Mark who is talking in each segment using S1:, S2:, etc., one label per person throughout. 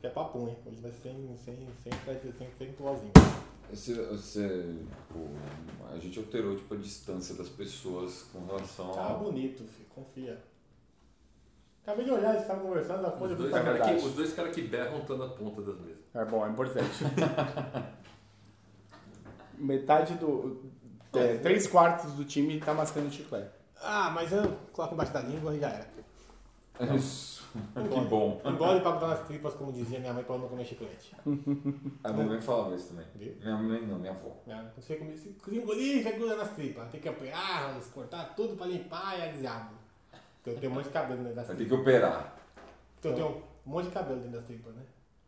S1: Que é papo, hein? Hoje vai sem, sem, sem, sem, sem, sem toalzinho.
S2: Esse, esse, o- a gente alterou tipo, a distância das pessoas com relação
S1: Tá
S2: a.
S1: bonito, filho. Confia. Acabei de olhar, eles estavam conversando, a coisa
S3: Os dois
S1: tá
S3: caras
S1: verdade.
S3: É que, os dois cara que berram estão na ponta das mesas.
S4: É bom, é importante. Metade do. é, três quartos do time tá mascando chiclete.
S1: Ah, mas eu coloco embaixo da língua e já era.
S2: É Isso. que bom.
S1: Engole pra botar nas tripas, como dizia minha mãe, pra não comer chiclete.
S2: A minha mãe falava isso também.
S1: Viu?
S2: Minha mãe não, minha avó.
S1: Né? Você come- se se engolir, já gruda nas tripas. Tem que operar, vamos cortar tudo pra limpar e é diabo. Então eu tenho um monte de cabelo dentro das
S2: Vai ter
S1: tripas.
S2: que operar.
S1: Então eu tenho um monte de cabelo dentro das tripas, né?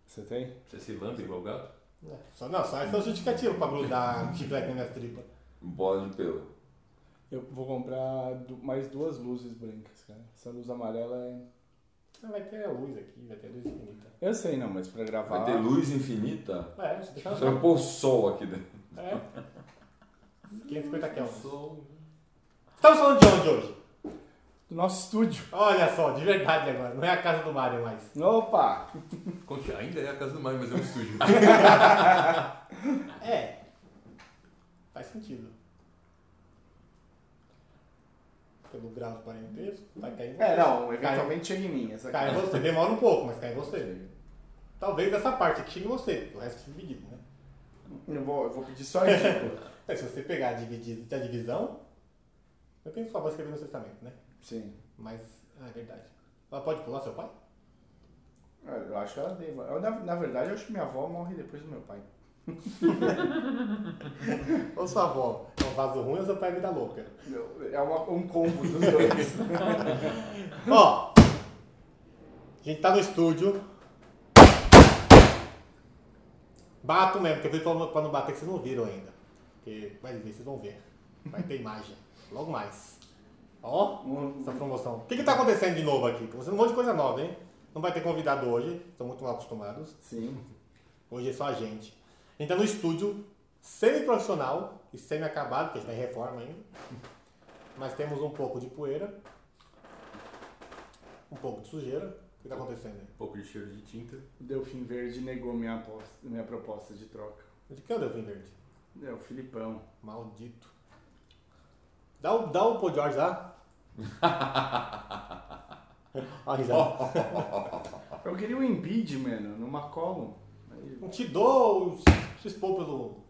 S4: Você tem?
S3: Você se lambe igual gato?
S1: Não, só, não, só esse é o justificativo pra grudar chiclete dentro das tripas.
S2: Bola de pelo.
S4: Eu vou comprar du- mais duas luzes brancas, cara. Essa luz amarela é.
S1: Não, Ah, vai ter a luz aqui, vai ter a luz infinita.
S4: Eu sei não, mas pra gravar.
S2: Vai ter luz infinita?
S1: É, se deixar
S2: Você vai pôr sol aqui dentro.
S1: É. 550 Kelvin.
S3: Sou.
S1: Estamos falando de onde hoje?
S4: Do nosso estúdio.
S1: Olha só, de verdade agora. Não é a casa do Mario mais.
S4: Opa!
S3: Conte- Ainda é a casa do Mario, mas é um estúdio.
S1: É. Faz sentido. Pelo grau de parentesco, vai cair em você.
S4: É, não, eventualmente chega em mim. Essa
S1: Cai em
S4: cara.
S1: você, demora um pouco, mas cai em você. Talvez essa parte aqui chegue em você, o resto é dividido, né?
S4: Eu vou, eu vou pedir só isso.
S1: É, se você pegar a, dividida, a divisão, eu tenho que só vou escrever no testamento, né?
S4: Sim.
S1: Mas, ah, é verdade. Ela pode pular seu pai?
S4: Ah, Eu acho que ela deva. Eu, na, na verdade, eu acho que minha avó morre depois do meu pai.
S1: Ou sua avó é um vaso ruim ou seu pai é vida louca?
S4: Eu- É uma- um combo dos dois.
S1: Ó, a gente tá no estúdio. Bato mesmo, porque eu falei pra não- pra não bater que vocês não viram ainda. Porque vai ver, vocês vão ver. Vai ter imagem. Logo mais. Ó, essa promoção. O que que tá acontecendo de novo aqui? Tá acontecendo um monte de coisa nova, hein? Não vai ter convidado hoje, estão muito mal acostumados.
S4: Sim.
S1: Hoje é só a gente. A gente tá no estúdio, semi-profissional e semi-acabado, porque a gente tá em reforma ainda. Mas temos um pouco de poeira, um pouco de sujeira. O que tá acontecendo aí?
S3: Um pouco de cheiro de tinta.
S4: O Delfim Verde negou minha, aposta- minha proposta de troca.
S1: De que é o Delfim Verde?
S4: É, o Filipão.
S1: Maldito. Dá o, dá o Paul George lá. Olha a risada.
S4: Eu queria o Embiid, mano, no McCollum. Aí,
S1: Não te dou se expor pelo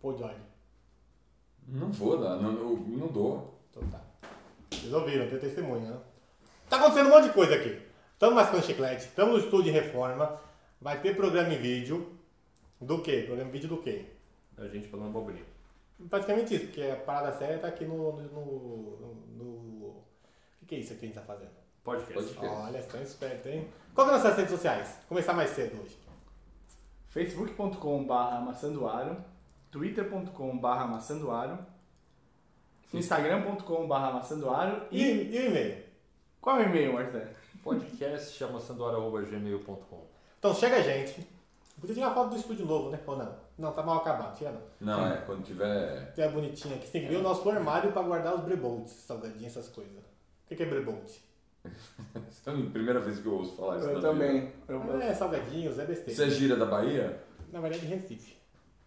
S1: Paul George.
S2: Não vou dar, não, eu não dou.
S1: Então tá. Vocês ouviram, tem testemunha, né? Tá acontecendo um monte de coisa aqui. Estamos mascando chiclete, estamos no estúdio de reforma. Vai ter programa em vídeo. Do quê? Programa em vídeo do quê?
S3: A gente falando abobrinha.
S1: Praticamente isso, porque a parada séria tá aqui no. no. no. no- O que, que é isso aqui que a gente tá fazendo?
S3: Podcast.
S2: Podcast. Yes.
S1: Olha, estão esperto, hein? Qual que é as nossas redes sociais? Começar mais cedo hoje.
S4: facebook.com.br amassandoaro, twitter.com.br amassandoaro, instagram.com.br amassandoaro
S1: E,
S4: e...
S1: e o e-mail?
S4: Qual é o e-mail, Arthur?
S3: Podcast chama sandoara.gmail.com.
S1: Então chega a gente. Podia tirar foto do estúdio novo, né? Ou não? Não, tá mal acabado, tira não.
S2: Não, é, quando tiver.
S1: Tem a bonitinha aqui. Tem que ver o nosso armário pra guardar os brebolts, salgadinhos, essas coisas. O que que é brebolt?
S2: Essa é a primeira vez que eu ouço falar isso.
S4: Eu
S2: na vida.
S4: também. Eu-
S1: É salgadinhos, é besteira.
S2: Isso é gira da Bahia?
S1: Na verdade, é Recife.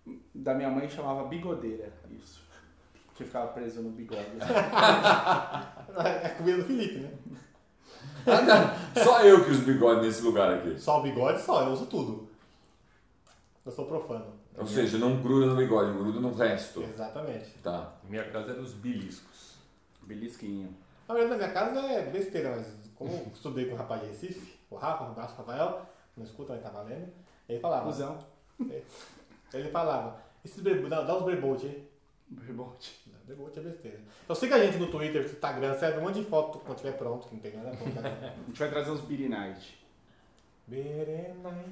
S4: Da minha mãe chamava bigodeira, isso. Porque ficava preso no bigode.
S1: É a comida do Felipe, né?
S2: Ah, não. Só eu que uso bigode nesse lugar aqui.
S1: Só o bigode, só. Eu uso tudo. Eu sou profano.
S2: Ou seja, não gruda no bigode, gruda no resto.
S1: Exatamente.
S2: Tá.
S3: Minha casa era os beliscos.
S4: Belisquinho.
S1: Na verdade, na minha casa é besteira, mas como eu estudei com o rapaz de Recife, o Rafa, um abraço, Rafael, não escuta, mas tá valendo. Ele falava,
S4: Fusão.
S1: ele falava, esses brebo, dá, dá uns brebolt aí.
S4: Rebote.
S1: Não, Brebolt é besteira. Então siga a gente no Twitter, no Instagram, serve um monte de foto quando tiver pronto, que não tem nada pronto
S4: A
S1: agora.
S4: gente vai trazer uns Billy Knight.
S1: Berena.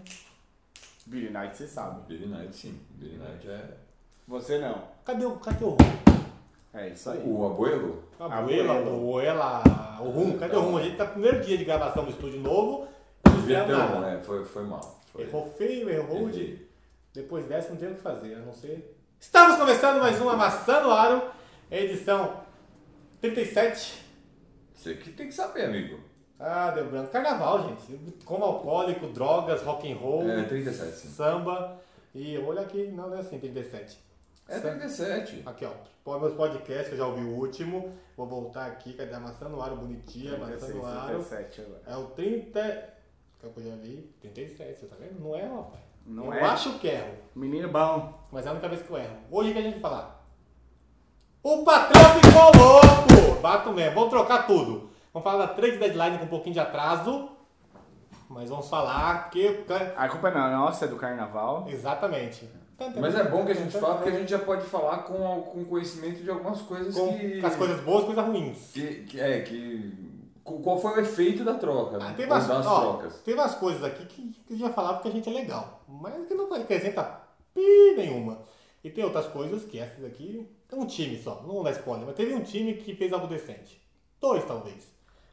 S4: Billy Knight, você sabe.
S2: Billy Knight, sim. Billy Knight é.
S4: Você não.
S1: Cadê o, cadê o rum?
S4: É isso aí.
S2: O abuelo?
S1: Abuela, abuela, o rum, cadê o rum? A gente tá no primeiro dia de gravação do estúdio novo, não
S2: Devia
S1: fizeram
S2: ter um,
S1: nada.
S2: né? Foi, foi mal. Foi.
S1: Errou feio, errou de...
S2: Errei.
S1: Depois dessa não tem o que fazer, a não ser. Estamos começando mais um uma Maçã no Aro, edição 37.
S2: Você que tem que saber, amigo.
S1: Ah, deu branco. Carnaval, gente. Como alcoólico, drogas, rock and roll,
S2: É 37, sim.
S1: samba. E olha aqui, não não é assim, 37.
S2: É 37.
S1: Aqui, ó. Pô, meus podcasts, eu já ouvi o último. Vou voltar aqui, cadê a maçã no aro bonitinha, maçã no aro.
S5: 37 agora.
S1: É o 30. Que eu já vi. 37, você tá vendo? Não é, rapaz.
S5: Não
S1: eu
S5: é.
S1: acho que erro.
S5: Menino bom.
S1: Mas é a única vez que eu erro. Hoje o que a gente vai falar? O patrão ficou louco! Bato mesmo, vamos trocar tudo. Vamos falar da trade deadline com um pouquinho de atraso. Mas vamos falar que.
S5: A culpa não é nossa, é do carnaval.
S1: Exatamente.
S2: Mas é bom que a gente fala, porque a gente já pode falar com, com conhecimento de algumas coisas
S1: Com,
S2: que.
S1: com as coisas boas e coisas ruins.
S2: Que, que- é, que. co- Qual foi o efeito da troca?
S1: Ah,
S2: né?
S1: teve,
S2: Ou
S1: umas,
S2: das
S1: ó,
S2: trocas.
S1: teve umas coisas aqui que, que eu já falava porque a gente é legal, mas que não representa pi nenhuma. E tem outras coisas que essas aqui. Um time só, não vou dar spoiler, mas teve um time que fez algo decente. Dois talvez.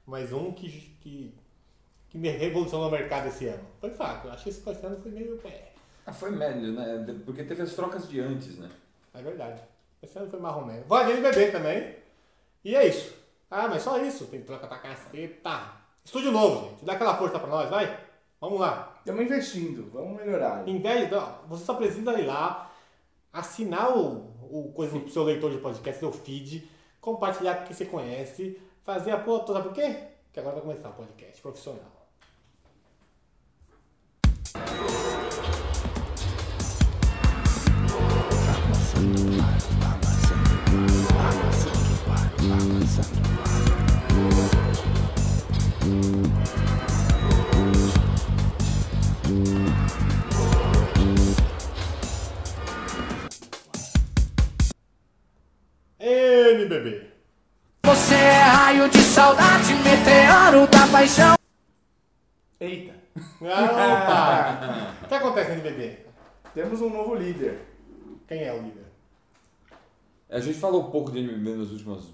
S1: Mas um que, que, que me revolucionou o mercado esse ano. Foi fraco, eu acho que esse esse ano foi meio. É,
S2: Ah, foi médio, né? De- Porque teve as trocas de antes, né?
S1: é verdade. Esse ano foi marromeno. Vai ver bebê também. E é isso. Ah, mas só isso. Tem troca pra caceta. Estúdio novo, gente. Dá aquela força pra nós, vai. Vamos lá.
S4: Estamos investindo, vamos melhorar.
S1: Em vez de- ó, você só precisa ir lá, assinar o, o coisa pro seu leitor de podcast, seu feed, compartilhar com quem você conhece, fazer a porra toda. Por quê? Porque agora vai começar o podcast profissional. NBB.
S6: Você é raio de saudade, meteoro da paixão.
S4: Eita!
S1: Ah, Opa! o que acontece no NBB?
S4: Temos um novo líder.
S1: Quem é o líder?
S2: A gente falou um pouco de NBB nas últimas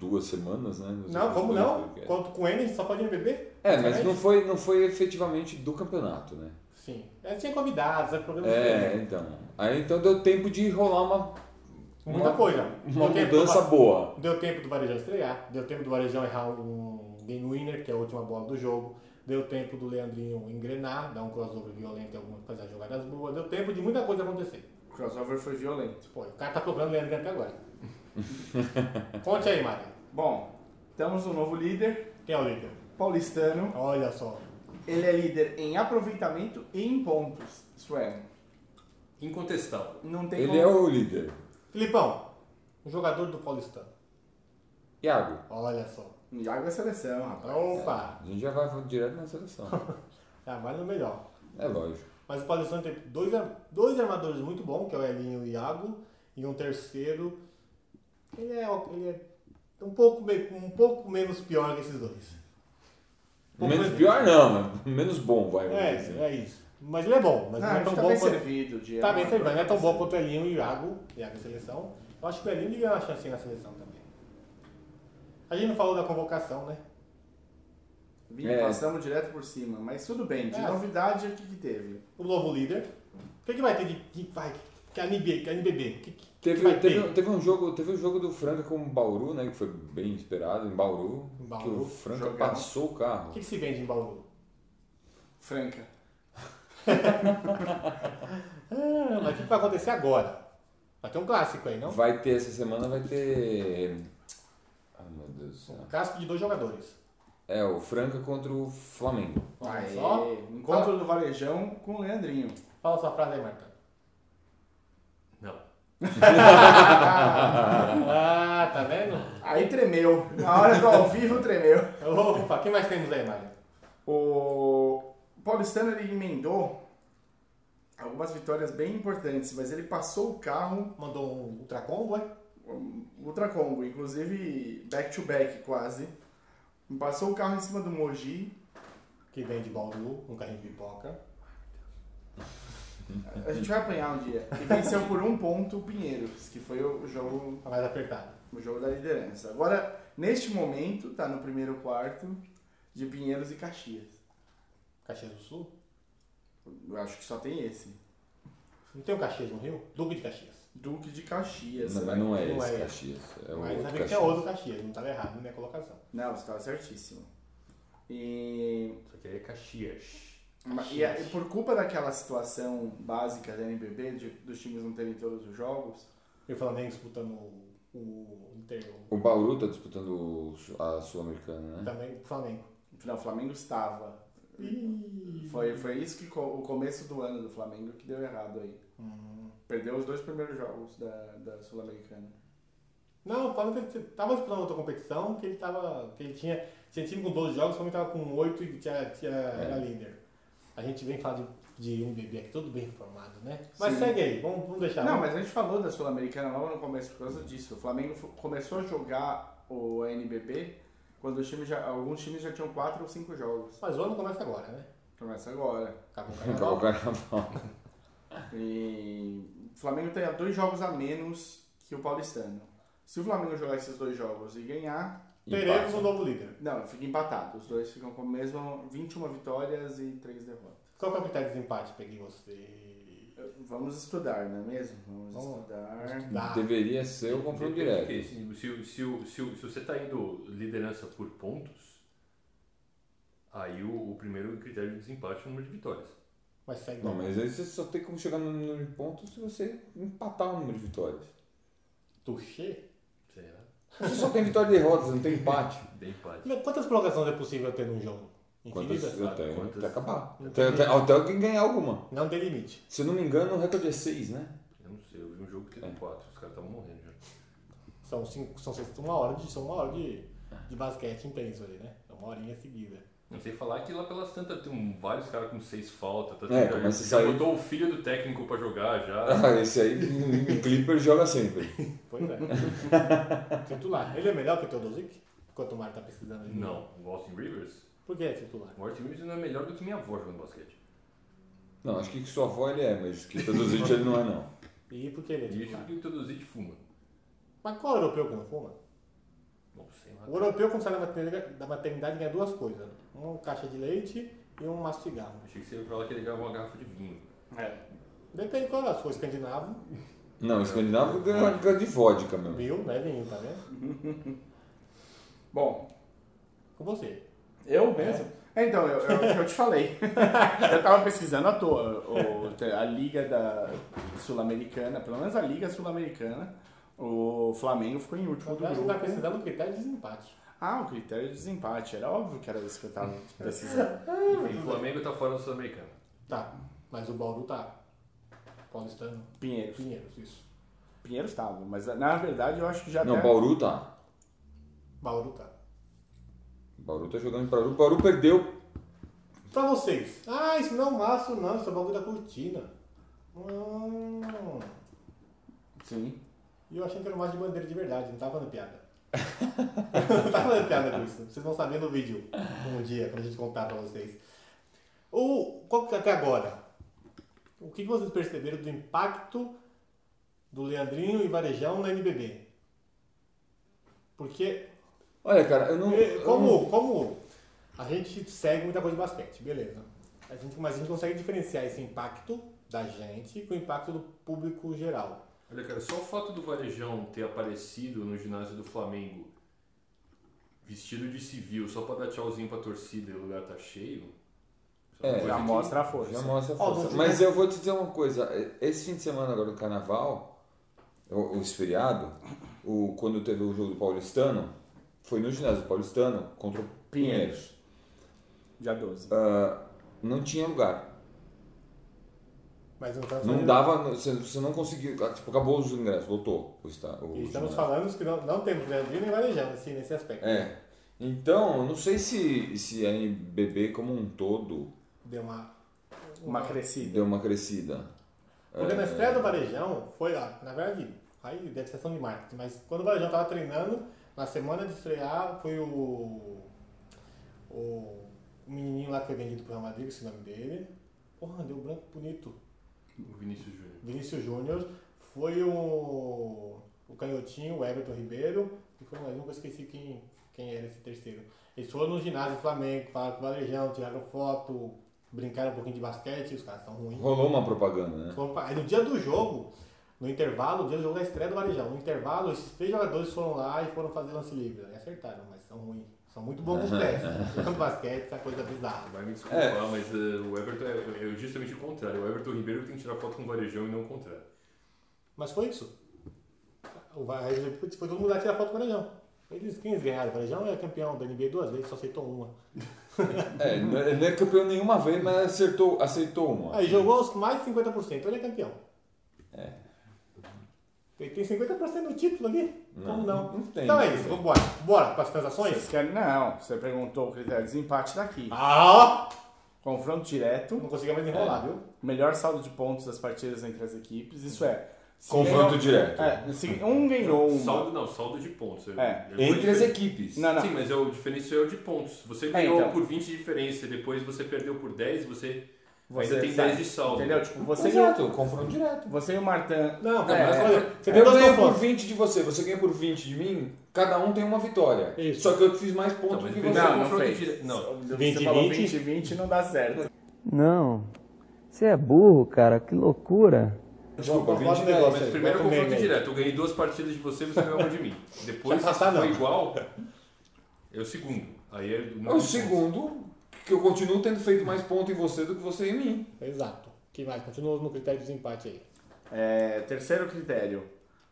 S2: duas semanas, né? Nos
S1: Não,
S2: últimos
S1: como
S2: dois
S1: não?
S2: podcasts.
S1: Quanto com N, a gente só pode NBB?
S2: É, mas não foi, não foi efetivamente do campeonato, né?
S1: Sim. É, tinha convidados, é programa
S2: É,
S1: de-
S2: então. Aí então deu tempo de rolar uma,
S1: Muita
S2: uma,
S1: coisa.
S2: uma
S1: Deu tempo do
S2: mudança
S1: Va-
S2: boa.
S1: Deu tempo do Varejão estrear, deu tempo do Varejão errar um game winner, que é a última bola do jogo, deu tempo do Leandrinho engrenar, dar um crossover violento e alguma- fazer as jogadas boas, deu tempo de muita coisa acontecer.
S4: O crossover foi violento.
S1: Pô, o cara tá procurando o Leandrinho até agora. Conte aí, Mário.
S4: Bom, temos um novo líder,
S1: Quem é o líder?
S4: paulistano.
S1: Olha só.
S4: Ele é líder em aproveitamento e em pontos. Isso é,
S3: Incontestável.
S4: não tem
S2: Ele
S4: como...
S2: é o líder.
S1: Filipão, o jogador do Paulistano.
S2: Iago.
S1: Olha só.
S4: Iago é seleção, rapaz.
S1: Opa!
S2: A gente já vai direto na seleção.
S1: Já vai no melhor.
S2: é lógico.
S1: Mas o Paulistano tem dois, ar- dois armadores muito bons, que é o Elinho e o Iago, e um terceiro. Ele é, o- ele é um, pouco, me- um pouco menos pior que esses dois. Um pouco
S2: menos pior né? não, mas menos bom, vai. vamos
S1: É,
S2: dizer. assim.
S1: é isso. Mas ele é bom, mas
S4: Não,
S1: não
S4: a
S1: é tão
S4: gente tá
S1: bom
S4: bem
S1: quanto.
S4: servido. De
S1: Tá bem servido, mas não é tão bom quanto o Elinho e o Iago, Iago é seleção. Eu acho que o Elinho devia ganhar uma chance na seleção também. A gente não falou da convocação, né?
S4: Vim,
S2: É.
S4: Passamos direto por cima, mas tudo bem. De
S1: É.
S4: novidade, o que, que teve?
S1: O novo líder. O que, que vai ter de. de vai, que a NB, que a NBB? Que, que, que vai
S2: Teve,
S1: ter?
S2: teve, teve um jogo, teve um jogo do Franca com o Bauru, né? Que foi bem esperado em Bauru.
S1: Em Bauru,
S2: que o Franca
S4: jogão.
S2: passou o
S1: O
S2: carro.
S1: que, que se vende em Bauru?
S4: Franca.
S1: Ah, mas o que que vai acontecer agora? Vai ter um clássico aí, não?
S2: Vai ter essa semana, vai ter. Ai meu Deus do
S1: Um
S2: céu.
S1: clássico de dois jogadores.
S2: É, o Franca contra o Flamengo.
S1: Olha
S4: Aê.
S1: só.
S4: Encontro do Varejão com o Leandrinho.
S1: Fala sua frase aí, Marta.
S3: Não.
S1: Ah, tá vendo?
S4: Aí tremeu. Na hora do ao vivo, tremeu.
S1: Opa, o que mais temos aí, Mário?
S4: O Paulistano ele emendou algumas vitórias bem importantes, mas ele passou o carro
S1: Mandou um ultracombo, é?
S4: um, ultra combo, inclusive back to back quase. Passou o carro em cima do Mogi.
S1: Que vende Bauru, um carrinho de pipoca.
S4: A gente vai apanhar um dia. E venceu por um ponto o Pinheiros, que foi o jogo,
S1: Tá mais apertado.
S4: o jogo da liderança. Agora, neste momento, tá no primeiro quarto de Pinheiros e Caxias.
S1: Caxias do Sul?
S4: Eu acho que só tem esse.
S1: Não tem o Caxias no Rio? Duque de Caxias.
S4: Duque de Caxias.
S2: Não,
S4: né?
S2: mas não é
S1: Não
S2: esse
S1: é.
S2: Caxias. É o
S1: Mas
S2: outro
S1: sabe que
S2: Caxias.
S1: tem outro Caxias, não tava errado na minha colocação.
S4: Não, você estava certíssimo. E,
S3: Isso aqui é Caxias.
S4: e, a- e por culpa daquela situação básica da NBB, de- dos times não terem todos os jogos,
S1: E o Flamengo disputando o, o Inter. o-
S2: O Bauru tá disputando o Su- a Sul-Americana, né?
S1: Também o Flamengo.
S4: não, o Flamengo estava. Foi, foi isso que co- o começo do ano do Flamengo que deu errado aí. Perdeu os dois primeiros jogos da, da Sul-Americana.
S1: Não, o Flamengo ele tava disputando outra competição que ele tava. que ele tinha. Tinha time com 12 jogos, o Flamengo tava com 8 e tinha, tinha,
S2: É.
S1: era líder. A gente vem falar de, de NBB aqui, tudo bem informado, né? Mas
S4: Sim.
S1: segue aí, vamos, vamos deixar.
S4: Não,
S1: vamos-
S4: mas a gente falou da Sul-Americana logo no começo por causa disso. O Flamengo fo- começou a jogar o NBB quando os times já, alguns times já tinham quatro ou cinco jogos.
S1: Mas o ano começa agora, né?
S4: Começa agora.
S1: Acabou né? o
S2: Igual o
S1: carnaval.
S2: Carnaval.
S4: E o Flamengo tem dois jogos a menos que o Paulistano. Se o Flamengo jogar esses dois jogos e ganhar,
S1: Teremos
S2: Empate.
S1: um novo líder.
S4: não, fica empatado. Os dois ficam com a mesma 21 vitórias e 3 derrotas.
S1: Qual que é o critério de desempate? Peguei você.
S4: Vamos estudar, não é mesmo? Vamos,
S1: Vamos lá.
S4: estudar.
S1: Dá.
S2: Deveria ser o confronto direto.
S3: Depende que- Se, o- se, o- se, o- se você está indo liderança por pontos, aí o, o primeiro critério de desempate é o número de vitórias.
S1: Mas segue.
S2: Não, mas aí você só tem como chegar no número de pontos se você empatar o número de vitórias.
S1: Tuxê?
S3: Será?
S2: Você só tem vitória e derrotas, não tem empate.
S3: De empate.
S1: Mas Quantas prorrogações é possível ter num jogo?
S2: Quantas
S1: Infinitas?
S2: eu tenho?
S3: Quantas?
S2: Até acabar. Até, até, até alguém ganhar alguma.
S1: Não tem limite.
S2: Se eu não me engano, o recorde é 6, né?
S3: Eu não sei, eu vi um jogo que teve
S2: É.
S3: quatro, os caras estavam morrendo já.
S1: São cinco, são seis- uma hora de, são uma hora de, de basquete intenso ali, né? É uma horinha seguida.
S3: Não sei falar que lá pelas tantas tem um- vários caras com seis faltas. Tá,
S2: É,
S3: já,
S2: começa a
S3: já
S2: sair.
S3: botou o filho do técnico pra jogar já.
S2: Ah, esse aí, o Clipper joga sempre.
S1: Pois é. titular. Ele é melhor que o Teodosic? Enquanto o Mário tá pesquisando ali.
S3: não, o Austin Rivers.
S1: Por que é titular?
S3: O Austin Rivers não é melhor do que minha avó jogando basquete.
S2: Não, acho que sua avó ele é, mas que todos os vídeos ele não é, não.
S1: E por que ele é
S3: E isso
S1: titular?
S3: que o Todozit fuma.
S1: Mas qual europeu que não fuma?
S3: Bom, sei lá.
S1: O europeu, quando sai da maternidade, da maternidade, ganha duas coisas. Uma caixa de leite e um maço de cigarro.
S3: Achei que você ia falar que ele ganhava uma garrafa de vinho.
S1: Depende qual era. Se for escandinavo,
S2: Não, o escandinavo ganha ganha de vodka mesmo.
S1: Bill, né, vinho, tá vendo?
S4: Bom,
S1: Com você.
S4: Eu mesmo? É, então, eu, eu, eu te falei. eu tava pesquisando à toa o- a Liga da Sul-Americana, pelo menos a Liga Sul-Americana, o Flamengo ficou em último
S1: Na
S4: do
S1: verdade, não tá
S4: grupo.
S1: precisando do critério de desempate.
S4: Ah, o critério de desempate, era óbvio que era isso que eu
S2: É.
S4: tava precisando.
S3: Enfim, o Flamengo tá fora do Sul-Americano.
S1: Tá, mas o Bauru tá. Paulistano,
S4: Pinheiros.
S1: Pinheiros, isso.
S4: Pinheiros tava, mas na verdade eu acho que já
S2: Não,
S4: até-
S2: Bauru tá.
S1: Bauru tá.
S2: Bauru tá jogando pra Bauru. Bauru perdeu.
S1: Pra vocês. Ah, isso não é um maço, não. Isso é o bagulho da cortina. Hum.
S4: Sim.
S1: E eu achei que era um maço de bandeira de verdade. Não tava fazendo piada. não tava fazendo piada com isso. Vocês vão saber no vídeo. Um dia, pra gente contar pra vocês. O, qual que é até agora? O que vocês perceberam do impacto do Leandrinho e Varejão na NBB? Porque
S2: Olha, cara, eu não.
S1: É,
S2: eu não-
S1: Como, como a gente segue muita coisa de basquete, beleza. A gente, mas a gente consegue diferenciar esse impacto da gente com o impacto do público geral.
S3: Olha, cara, só o fato do Varejão ter aparecido no ginásio do Flamengo vestido de civil só pra dar tchauzinho pra torcida e o lugar tá cheio. isso uma
S2: É,
S3: coisa
S4: Já
S3: que-
S4: mostra a força.
S2: Já mostra a
S1: Ó,
S2: força.
S1: não-
S2: Mas eu vou te dizer uma coisa. Esse fim de semana agora do carnaval, o, o feriado, o, quando teve o jogo do Paulistano, foi no ginásio do Paulistano contra o Pinheiros.
S4: Dia 12.
S2: Ah, não tinha lugar.
S1: Mas não estamos,
S2: Não
S1: falando-
S2: dava. Você, você não conseguiu. Tipo, acabou os ingressos, lotou o, esta- o
S1: e estamos
S2: ginásio.
S1: falando que não, não temos Leandrinho nem Varejão assim, nesse aspecto.
S2: É. Então, eu não sei se, se a NBB como um todo
S1: Deu uma.
S4: Uma crescida.
S2: deu uma crescida.
S1: Porque na estreia do Varejão foi, ó, na verdade, aí deve ser ação de marketing, mas quando o Varejão tava treinando, na semana de estrear foi o. O menininho lá que foi vendido pro Real Madrid, esse nome dele. Porra, deu branco bonito.
S3: O Vinícius Júnior.
S1: Vinícius Júnior, foi o, o Canhotinho, o Everton Ribeiro, e foi mais um que eu esqueci quem, quem era esse terceiro. Eles foram no ginásio do Flamengo, falaram com o Varejão, tiraram foto, brincaram um pouquinho de basquete, os caras são ruins.
S2: Rolou uma propaganda, né?
S1: Foram pra- Aí no dia do jogo, no intervalo, no dia do jogo da estreia do Varejão, no intervalo, esses três jogadores foram lá e foram fazer lance livre. Aí acertaram, mas são ruins. São muito bons com os pés. Jogando basquete, essa coisa bizarra.
S3: Vai me desculpar,
S2: É.
S3: mas eh, o Everton é, é justamente o contrário. O Everton Ribeiro tem que tirar foto com o Varejão e não o contrário.
S1: Mas foi isso. O Varejão foi todo mundo lá tirar foto do Varejão. Eles, quem eles ganharam? O Varejão é campeão da NBA duas vezes, só aceitou uma.
S2: É, não é não é campeão nenhuma vez, mas acertou, aceitou uma.
S1: Aí jogou os mais 50%, ele é campeão. É. Ele tem 50% do título ali? Como não?
S2: não tem,
S1: então é
S2: não
S1: isso,
S2: tem.
S1: vambora. Bora para as transações?
S4: Vocês querem? Não, você perguntou o critério de desempate daqui.
S1: Ah, ó!
S4: Confronto direto,
S1: Não conseguiu mais
S2: É.
S1: enrolar, viu?
S4: melhor saldo de pontos das partidas entre as equipes, isso é. se
S2: Confronto
S4: ganhou-
S2: direto.
S4: É, se um ganhou uma.
S3: Saldo não, saldo de pontos.
S4: É.
S2: Entre as
S3: diferen-
S2: equipes.
S4: Ah, Não, não.
S3: Sim, mas é o diferencial de pontos. Você ganhou
S4: então.
S3: por 20 de diferença e depois você perdeu por 10, você,
S4: Você
S3: ainda tem
S4: sai,
S3: 10 de saldo.
S4: Entendeu? Tipo, você e o,
S2: Exato, confronto direto.
S4: você e o Martin.
S1: Não,
S4: É,
S1: mas olha, você tem
S2: Eu
S1: dois
S2: ganho por
S1: confrontos.
S2: 20 de você, você ganha por 20 de mim, cada um tem uma vitória.
S1: Isso.
S2: Só que eu fiz mais
S3: Então,
S2: pontos
S3: mas
S2: que
S3: primeiro
S2: você.
S4: Não, não
S3: confronto
S4: fez.
S3: dire- Não,
S4: você
S1: 20,
S4: falou
S1: 20.
S4: 20 20 não dá certo.
S7: Não, você é burro, cara, que loucura.
S2: Desculpa,
S1: Vamos falar
S2: 20
S1: do
S2: e é. 10.
S1: negócio aí.
S3: primeiro
S1: Vai comer,
S3: confronto
S1: né?
S3: direto. Eu ganhei duas partidas de você e você ganhou uma de mim. Depois,
S1: Já
S3: se
S1: passar,
S3: for
S1: não.
S3: igual, é o segundo. Aí é
S2: É o segundo que eu continuo tendo feito mais ponto em você do que você em mim.
S1: Exato. que mais? Continua no critério de desempate aí.
S4: É, terceiro critério.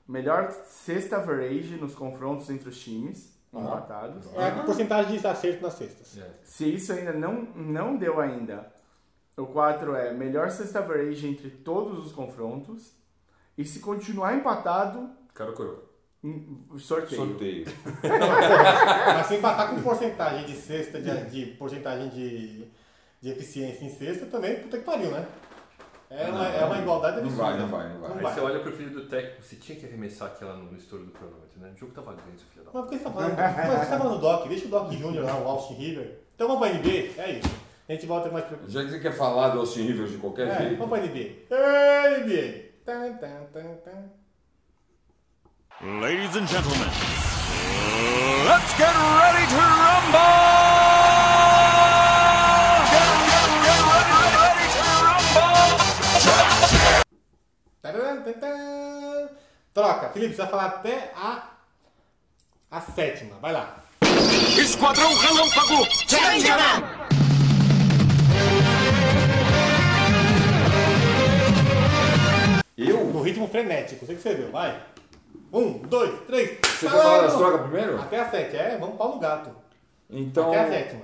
S4: Melhor sexta average nos confrontos entre os times empatados.
S2: Ah.
S1: É a porcentagem de acerto nas cestas.
S4: Se isso ainda não, não deu ainda. O 4 é melhor sexta average entre todos os confrontos. E se continuar empatado,
S3: Cara, coroa.
S4: hum, sorteio.
S2: Sorteio.
S1: Mas se empatar com porcentagem de cesta, de, de porcentagem de, de eficiência em cesta, também, puta que pariu, né? É uma, é uma igualdade
S2: Não
S1: absurda.
S2: vai, não vai, não vai.
S1: Não
S3: Aí você olha pro filho do técnico, você tinha que arremessar aquela no, no estouro do cronômetro, né? O jogo tava ganho, seu filho da
S1: Mas por que você tá falando? Mas por que você tá falando do Doc? Deixa o Doc Jr. lá, o Austin River. Então vamos pra NB? É isso. A gente volta mais pra.
S2: Já que você quer falar do Austin Rivers de qualquer
S1: É,
S2: jeito.
S1: vamos pra NB. Ei, NB! Tan, tan, tan, tan.
S8: Ladies and gentlemen, let's get ready to rumble!
S1: Tararam, tan, tan. Troca, Felipe, você vai falar até a. a sétima. Vai lá.
S8: Esquadrão Relâmpago!
S2: Eu?
S1: No ritmo frenético, sei que você viu, vai. Um, dois, três.
S2: Você quer falar das
S1: Falando!
S2: drogas primeiro?
S1: Até a sete, é, vamos pau no gato.
S2: Então,
S1: Até a sétima.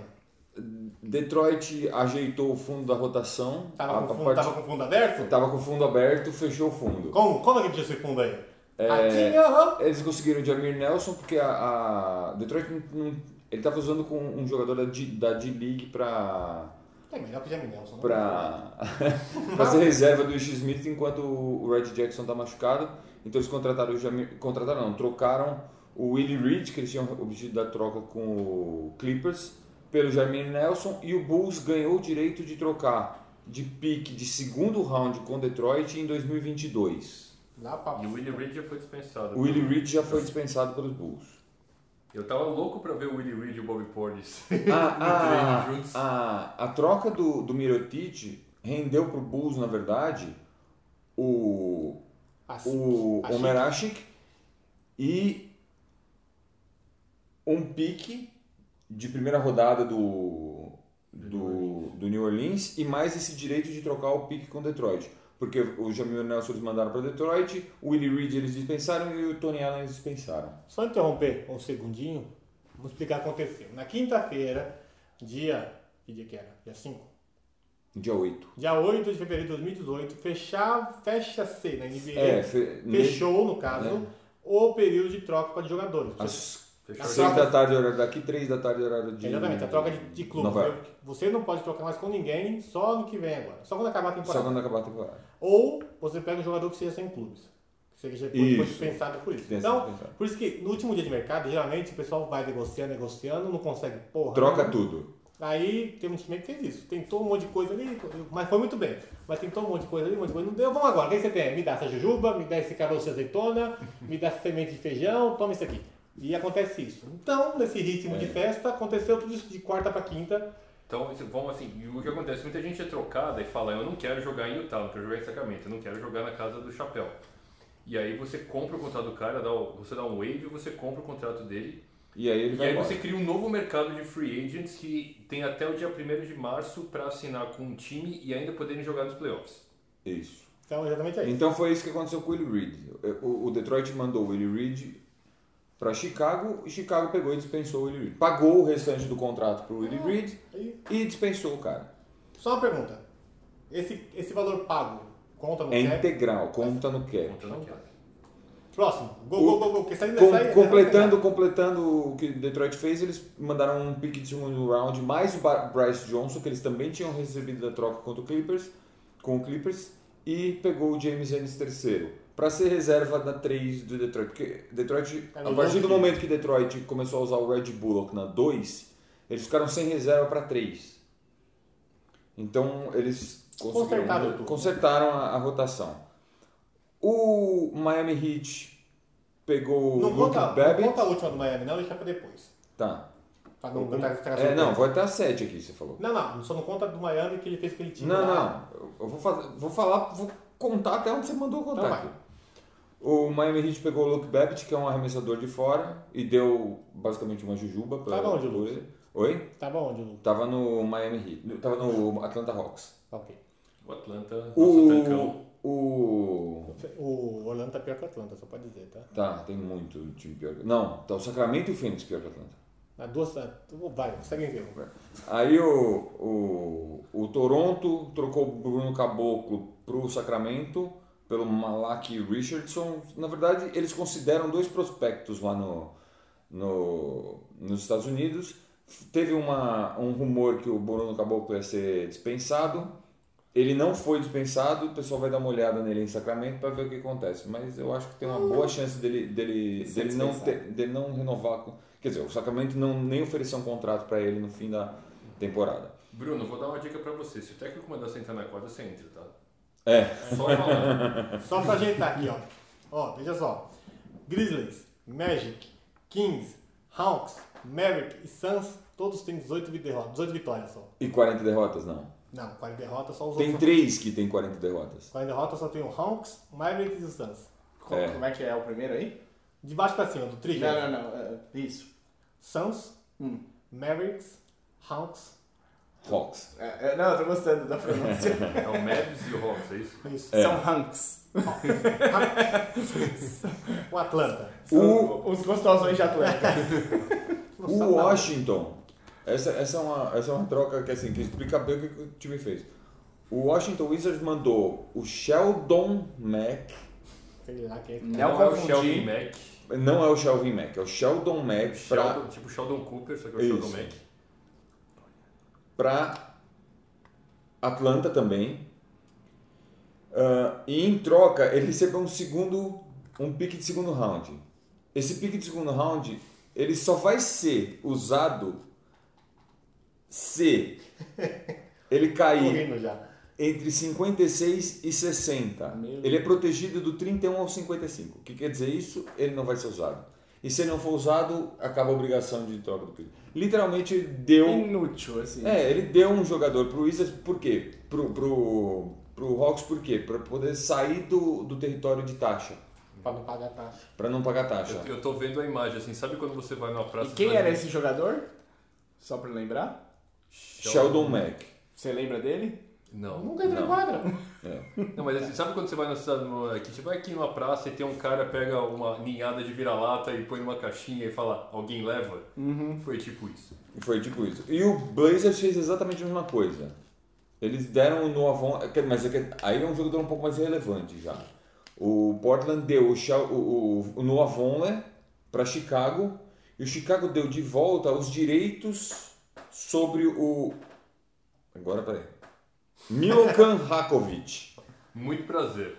S2: Detroit ajeitou o fundo da rotação.
S1: Tava,
S2: A-
S1: com,
S2: a
S1: fundo,
S2: parte-
S1: tava com fundo aberto?
S2: tava com o fundo aberto, fechou o fundo.
S1: Como, como é que tinha esse fundo aí?
S2: É-
S1: Ratinho, aham.
S2: Eles conseguiram o Jamir Nelson porque a, a Detroit não, não- ele tava usando com um jogador da D- da D-League pra,
S1: É melhor que o Jamie Nelson. né?
S2: pra, pra ser reserva do Ish Smith enquanto o Red Jackson tá machucado. Então eles contrataram o Jamir, contrataram não, trocaram o Willie Reed, que eles tinham obtido da troca com o Clippers, pelo Jamir Nelson e o Bulls ganhou o direito de trocar de pique de segundo round com Detroit em 2022.
S1: Lá pra...
S3: E o Willie Reed já foi dispensado.
S2: O Willie Reed já foi dispensado pelos Bulls.
S3: Eu tava louco pra ver o Willie Reed e o Bobby Portis.
S2: a,
S3: treino juntos.
S2: a, Ah, a, a troca do, do Mirotic rendeu pro Bulls, na verdade, o,
S1: Assim.
S2: o
S1: Achik.
S2: Omerashik e um pique de primeira rodada do, do, do New Orleans e mais esse direito de trocar o pique com Detroit. Porque o Jamil Nelson eles mandaram para Detroit, o Willie Reed eles dispensaram e o Tony Allen eles dispensaram.
S1: Só interromper um segundinho, vou explicar o que aconteceu. Na quinta-feira, dia. Que dia que era? Dia 5?
S2: Dia 8.
S1: Dia 8 de fevereiro de 2018, fechar, fecha-se na NBA.
S2: É, né? fe-
S1: fechou, no caso, o período de troca para jogadores.
S2: Às
S3: Fechou
S1: a
S2: 6
S1: troca.
S2: da tarde, horário daqui, 3 da tarde, horário de.
S1: Exatamente, a troca de, de clube.
S2: É. Nova York.
S1: Você não pode trocar mais com ninguém só no que vem agora. Só quando acabar a temporada.
S2: Só quando acabar a temporada.
S1: Ou você pega um jogador que seja sem clubes. Que seja foi
S2: Isso.
S1: dispensado por isso.
S2: Tem
S1: Então,
S2: sido dispensado.
S1: por isso que no último dia de mercado, geralmente o pessoal vai negociando, negociando, não consegue porra.
S2: Troca tudo.
S1: Aí tem um time que fez isso. Tentou um monte de coisa ali, mas foi muito bem. Mas tentou um monte de coisa ali, um monte de coisa. Não deu, vamos agora. Quem você tem? Me dá essa jujuba, me dá esse caroço de azeitona, me dá essa semente de feijão, toma isso aqui. E acontece isso. Então, nesse ritmo
S2: É.
S1: de festa, aconteceu tudo isso de quarta pra quinta.
S3: Então, isso- vamos assim, e o que acontece? Muita gente é trocada e fala, eu não quero jogar em Utah, não quero jogar em Sacramento, eu não quero jogar na casa do Chapéu. E aí você compra o contrato do cara, dá o- você dá um waive, você compra o contrato dele,
S2: E aí ele
S3: E
S2: vai
S3: aí
S2: embora.
S3: você cria um novo mercado de free agents que tem até o dia 1 de março para assinar com um time e ainda poderem jogar nos playoffs.
S2: Isso.
S1: Então, exatamente aí.
S2: Então foi isso que aconteceu com o Willie Reed. O, o Detroit mandou o Willie Reed para Chicago e Chicago pegou e dispensou o Willie Reed. Pagou o restante do contrato pro Willie Reed
S1: Ah, aí.
S2: e dispensou o cara.
S1: Só uma pergunta. Esse, esse valor pago conta no
S2: É
S1: cap?
S2: integral, conta no cap.
S3: Então não quero.
S1: Próximo. Gol,
S2: O-
S1: gol, gol, gol. Quem sai,
S2: Com-
S1: sai,
S2: completando, completando o que o Detroit fez, eles mandaram um pick de segundo round mais o Ba- Bryce Johnson, que eles também tinham recebido da troca contra o Clippers, com o Clippers, e pegou o James Ennis terceiro, para ser reserva da 3 do Detroit. Porque Detroit,
S1: Era
S2: a
S1: um
S2: partir do
S1: monte.
S2: momento que Detroit começou a usar o Red Bullock na 2, eles ficaram sem reserva para 3. Então eles conseguiram-
S1: Consertaram tudo.
S2: consertaram a, a rotação. O Miami Heat pegou o
S1: Não
S2: Luke
S1: conta, não
S2: Babbitt.
S1: conta a última do Miami, não. Deixa pra depois.
S2: Tá.
S1: Pra não contar essa
S2: É, não, vou até a 7 aqui, você falou.
S1: Não, não. Só não conta do Miami que ele fez aquele time
S2: Não,
S1: lá.
S2: não. Eu- Eu vou, fazer, vou falar, vou contar até onde você mandou eu contar
S1: Então vai.
S2: aqui. O Miami Heat pegou o Luke Babbitt, que é um arremessador de fora, e deu basicamente uma jujuba pra,
S1: Tava onde,
S2: por
S1: Luke?
S2: ele. Oi?
S1: Tava onde, Lu?
S2: Tava no Miami Heat. Tava no Atlanta Hawks.
S1: Tá Ok.
S3: O Atlanta, nosso tancão.
S2: O. O.
S1: O Orlando tá pior que o Atlanta, só pode dizer, tá?
S2: Tá, tem muito time pior. que- Não, tá o Sacramento e o Phoenix pior que o Atlanta.
S1: Na duas. na- tu- Vai, segue em vivo.
S2: Aí o, o, o Toronto trocou o Bruno Caboclo pro Sacramento pelo Malaki Richardson. Na verdade, eles consideram dois prospectos lá no, no, nos Estados Unidos. Teve uma, um rumor que o Bruno Caboclo ia ser dispensado. Ele não foi dispensado, o pessoal vai dar uma olhada nele em Sacramento para ver o que acontece. Mas eu acho que tem uma boa chance dele, dele,
S4: Ser
S2: dele, não,
S4: dispensado.
S2: ter- dele não renovar. com- Quer dizer, o Sacramento não, nem ofereceu um contrato para ele no fim da temporada.
S3: Bruno, vou dar uma dica pra você. Se o técnico mandar você entrar na quadra, você entra, tá?
S2: É,
S3: Só falando.
S1: Só pra ajeitar aqui, ó. Ó, veja só. Grizzlies, Magic, Kings, Hawks, Maverick e Suns, todos têm 18, vi- derrotas, 18 vitórias só.
S2: e 40 derrotas não.
S1: Não, 40 derrotas, só os
S2: Tem
S1: outros.
S2: três que tem 40 derrotas.
S1: 40 derrotas só tem o Hawks, Mavericks e o Suns.
S4: Como,
S2: É.
S4: como é que é o primeiro aí?
S1: De baixo pra cima, do trilho.
S4: Não, não, não. é, Isso.
S1: Suns, Mavericks, Hawks.
S2: Hawks.
S4: É, é, não, eu tô gostando da pronúncia.
S3: É o Mavs e o Hawks, é isso?
S1: Isso.
S4: São Hanks.
S1: O Atlanta.
S2: O,
S4: Os gostosões de Atlanta.
S2: o Washington. Essa, essa, é uma, essa é uma troca que, assim, que explica bem o que o time fez. O Washington Wizards mandou o Sheldon Mack.
S1: Sei lá quem é.
S4: Não
S3: é o
S4: confundi.
S3: Sheldon Mack.
S2: Não é o Shelvin Mack, é o Sheldon Mack pra,
S3: Sheldon, Tipo Sheldon Cooper, só que é o
S2: Isso.
S3: Sheldon Mack.
S2: pra Atlanta também. Ah, e em troca, ele recebeu um segundo, um pique de segundo round. Esse pique de segundo round, ele só vai ser usado se ele cair
S1: Correndo já.
S2: entre 56 e 60. ele é protegido do 31 ao 55. O que quer dizer isso? Ele não vai ser usado. E se ele não for usado, acaba a obrigação de troca do pique. Literalmente deu
S4: Inútil, assim.
S2: é, ele deu um jogador pro Wizards por quê? Pro, pro, pro Hawks por quê? Pra poder sair do, do território de taxa,
S1: Pra não pagar taxa.
S2: pra não pagar taxa.
S3: Eu tô vendo a imagem, assim, sabe quando você vai numa praça...
S4: E quem
S3: faz
S4: era
S3: um-
S4: esse jogador? Só pra lembrar.
S2: Sheldon Mack.
S4: Você lembra dele?
S3: Não.
S1: Nunca entra em
S2: Não.
S1: quadra.
S3: Não, mas assim, sabe quando você vai na cidade, no- aqui, você vai aqui numa praça e tem um cara pega uma ninhada de vira-lata e põe numa caixinha e fala, alguém leva?
S4: Uhum.
S3: Foi tipo isso.
S2: Foi tipo isso. E o Blazers fez exatamente a mesma coisa. Eles deram no Avon, é que- mas é que aí é um jogador um pouco mais relevante já. O Portland deu o, Shel- o, o, o Noah Vonleh para Chicago e o Chicago deu de volta os direitos sobre o. Agora peraí. Milokan Rakovic
S3: Muito prazer.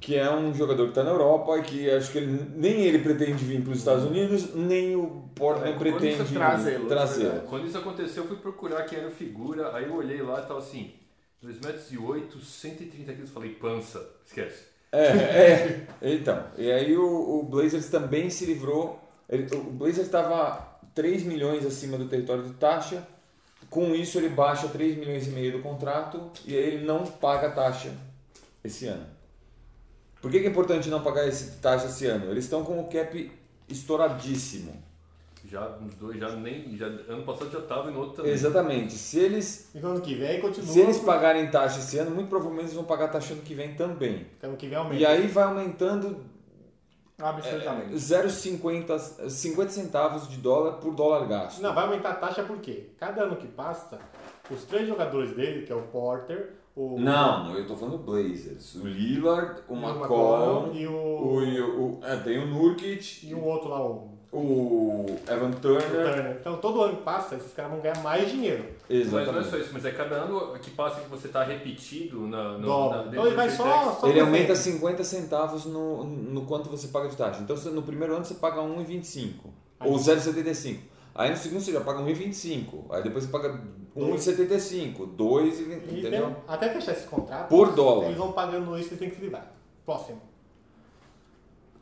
S2: que é um jogador que está na Europa, que acho que ele- nem ele pretende vir para os Estados Unidos, nem o Portland
S4: É, quando
S2: pretende
S4: isso trazê-lo, na
S2: trazê-lo.
S4: verdade.
S3: Quando isso aconteceu, eu fui procurar quem era o figura, aí eu olhei lá e tava assim, 2,08m, 130 quilos, falei, pança, esquece.
S2: É, é. Então, e aí o, o Blazers também se livrou. ele- o Blazers estava 3 milhões acima do território de taxa. Com isso, ele baixa 3 milhões e meio do contrato e aí ele não paga a taxa esse ano. Por que, que é importante não pagar essa taxa esse ano? Eles estão com o cap estouradíssimo.
S3: Já, os dois, já nem. Já, ano passado já tava e no outro também.
S2: Exatamente. Se eles,
S1: E no ano que vem continua.
S2: se eles pagarem taxa esse ano, muito provavelmente eles vão pagar taxa ano que vem também.
S1: porque ano que vem aumenta.
S2: E aí vai aumentando
S4: Absolutamente.
S2: 0,50 50 centavos de dólar por dólar gasto.
S1: Não, vai aumentar a taxa por quê? Cada ano que passa, os três jogadores dele, que é o Porter, o.
S2: Não, eu tô falando Blazers. O Lillard, o
S1: o
S2: McCollum,
S1: e
S2: o,
S1: o.
S2: o, é, tem o Nurkic,
S1: E o outro lá, o
S2: o Evan Turner.
S1: Turner. Então todo ano que passa, esses caras vão ganhar mais dinheiro.
S3: Mas não é
S2: Exatamente.
S3: só isso, mas é cada ano que passa que você tá repetido na. na,
S1: Dobra.
S3: na
S1: Então ele vai só. só
S2: Ele
S1: por
S2: aumenta assim,
S1: exemplo.
S2: 50 centavos no, no quanto você paga de taxa. Então você- no primeiro ano você paga 1,25
S1: Aí-
S2: ou 0,75. Aí no segundo você já paga 1,25. Aí depois você paga 1,75, 2,
S1: E um
S2: entendeu?
S1: mesmo- até fechar esse contrato.
S2: Por dólar.
S1: Eles vão pagando isso e tem que se livrar. Próximo.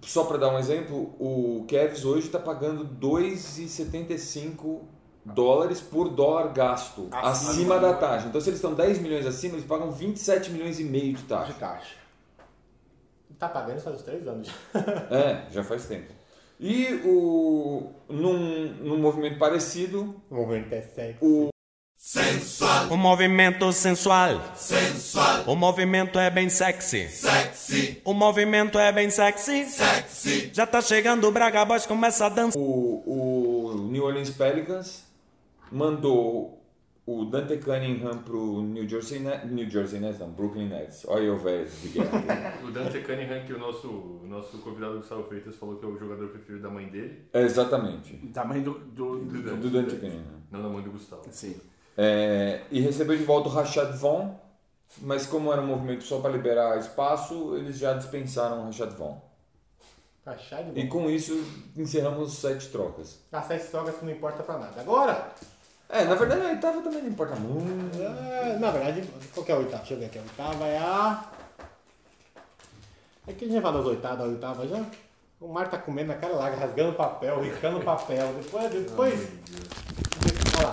S2: Só para dar um exemplo, o Cavs hoje está pagando 2,75 dólares por dólar gasto acima, da taxa. Então se eles estão 10 milhões acima, eles pagam 27 milhões e meio de
S4: é, De
S2: taxa.
S4: taxa.
S1: Tá pagando isso faz uns três anos já.
S2: É, já faz tempo. E o, num, num movimento parecido,
S1: O movimento é sexy.
S9: O movimento sensual. Sensual. O movimento é bem sexy. Sexy. O movimento é bem sexy. Sexy. Já tá chegando o Braga Boys, começa a dançar.
S2: o, o New Orleans Pelicans mandou o Dante Cunningham pro New Jersey Nets, New Jersey Nets não, Brooklyn Nets. Olha eu velho de guerra.
S3: O Dante Cunningham, que o nosso, o nosso convidado Gustavo Freitas falou que é o jogador preferido da mãe dele.
S2: É, exatamente.
S4: Tamanho do. do, do-
S2: Do Dante Cunningham.
S3: Não da mãe do Gustavo.
S4: Sim.
S2: É, e recebeu de volta o Rashad Vaughn, mas como era um movimento só para liberar espaço, eles já dispensaram o Rashad Vaughn.
S1: Achar Tá de
S2: E
S1: bom. Tá,
S2: com isso encerramos sete trocas.
S1: A sete trocas não importa pra nada. Agora,
S2: É, na verdade a oitava também não importa muito.
S1: ah, na verdade, qual que é a oitava? Deixa eu ver aqui. A oitava é a. É que a gente já falou das oitavas, a oitava já. O Mário tá comendo na cara larga, rasgando papel, riscando papel. Depois. depois... Olha lá.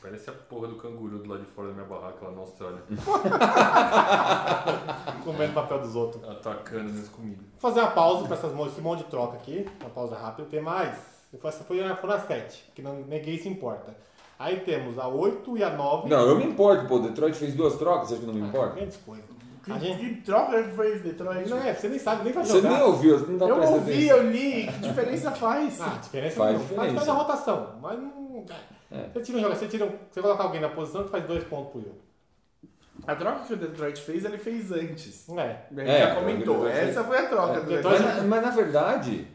S3: Parece a porra do canguru do lado de fora da minha barraca lá na Austrália.
S2: Hum.
S1: tá Comendo papel dos outros.
S3: atacando minhas comidas.
S1: Vou fazer uma pausa para essas, mon- esse monte de troca aqui. Uma pausa rápida. Tem mais. Essa foi a, foi a 7, que não, ninguém se importa. Aí temos a 8 e a 9.
S2: Não, eu me importo, pô. Detroit fez duas trocas, você acha que não me importa?
S1: Grandes coisas.
S4: Que,
S1: A gente,
S4: que troca que foi esse Detroit?
S1: não é, você nem sabe, nem vai
S2: Você
S1: jogar.
S2: nem ouviu, você não tá
S4: Eu
S2: prestando
S4: ouvi,
S2: atenção.
S4: eu li. Que diferença faz?
S1: Ah, a diferença
S2: Faz
S1: não Faz, faz
S2: diferença. É.
S1: a rotação, mas não. Você tira um jogador, você tira um, Você coloca alguém na posição, tu faz dois pontos pro jogo.
S4: A troca que o Detroit fez, ele fez antes.
S1: Não é.
S4: A gente
S2: É,
S4: já comentou.
S2: o Detroit-
S4: Essa foi a troca do
S1: Detroit-
S2: Mas,
S4: É, Detroit.
S2: na- mas, na verdade,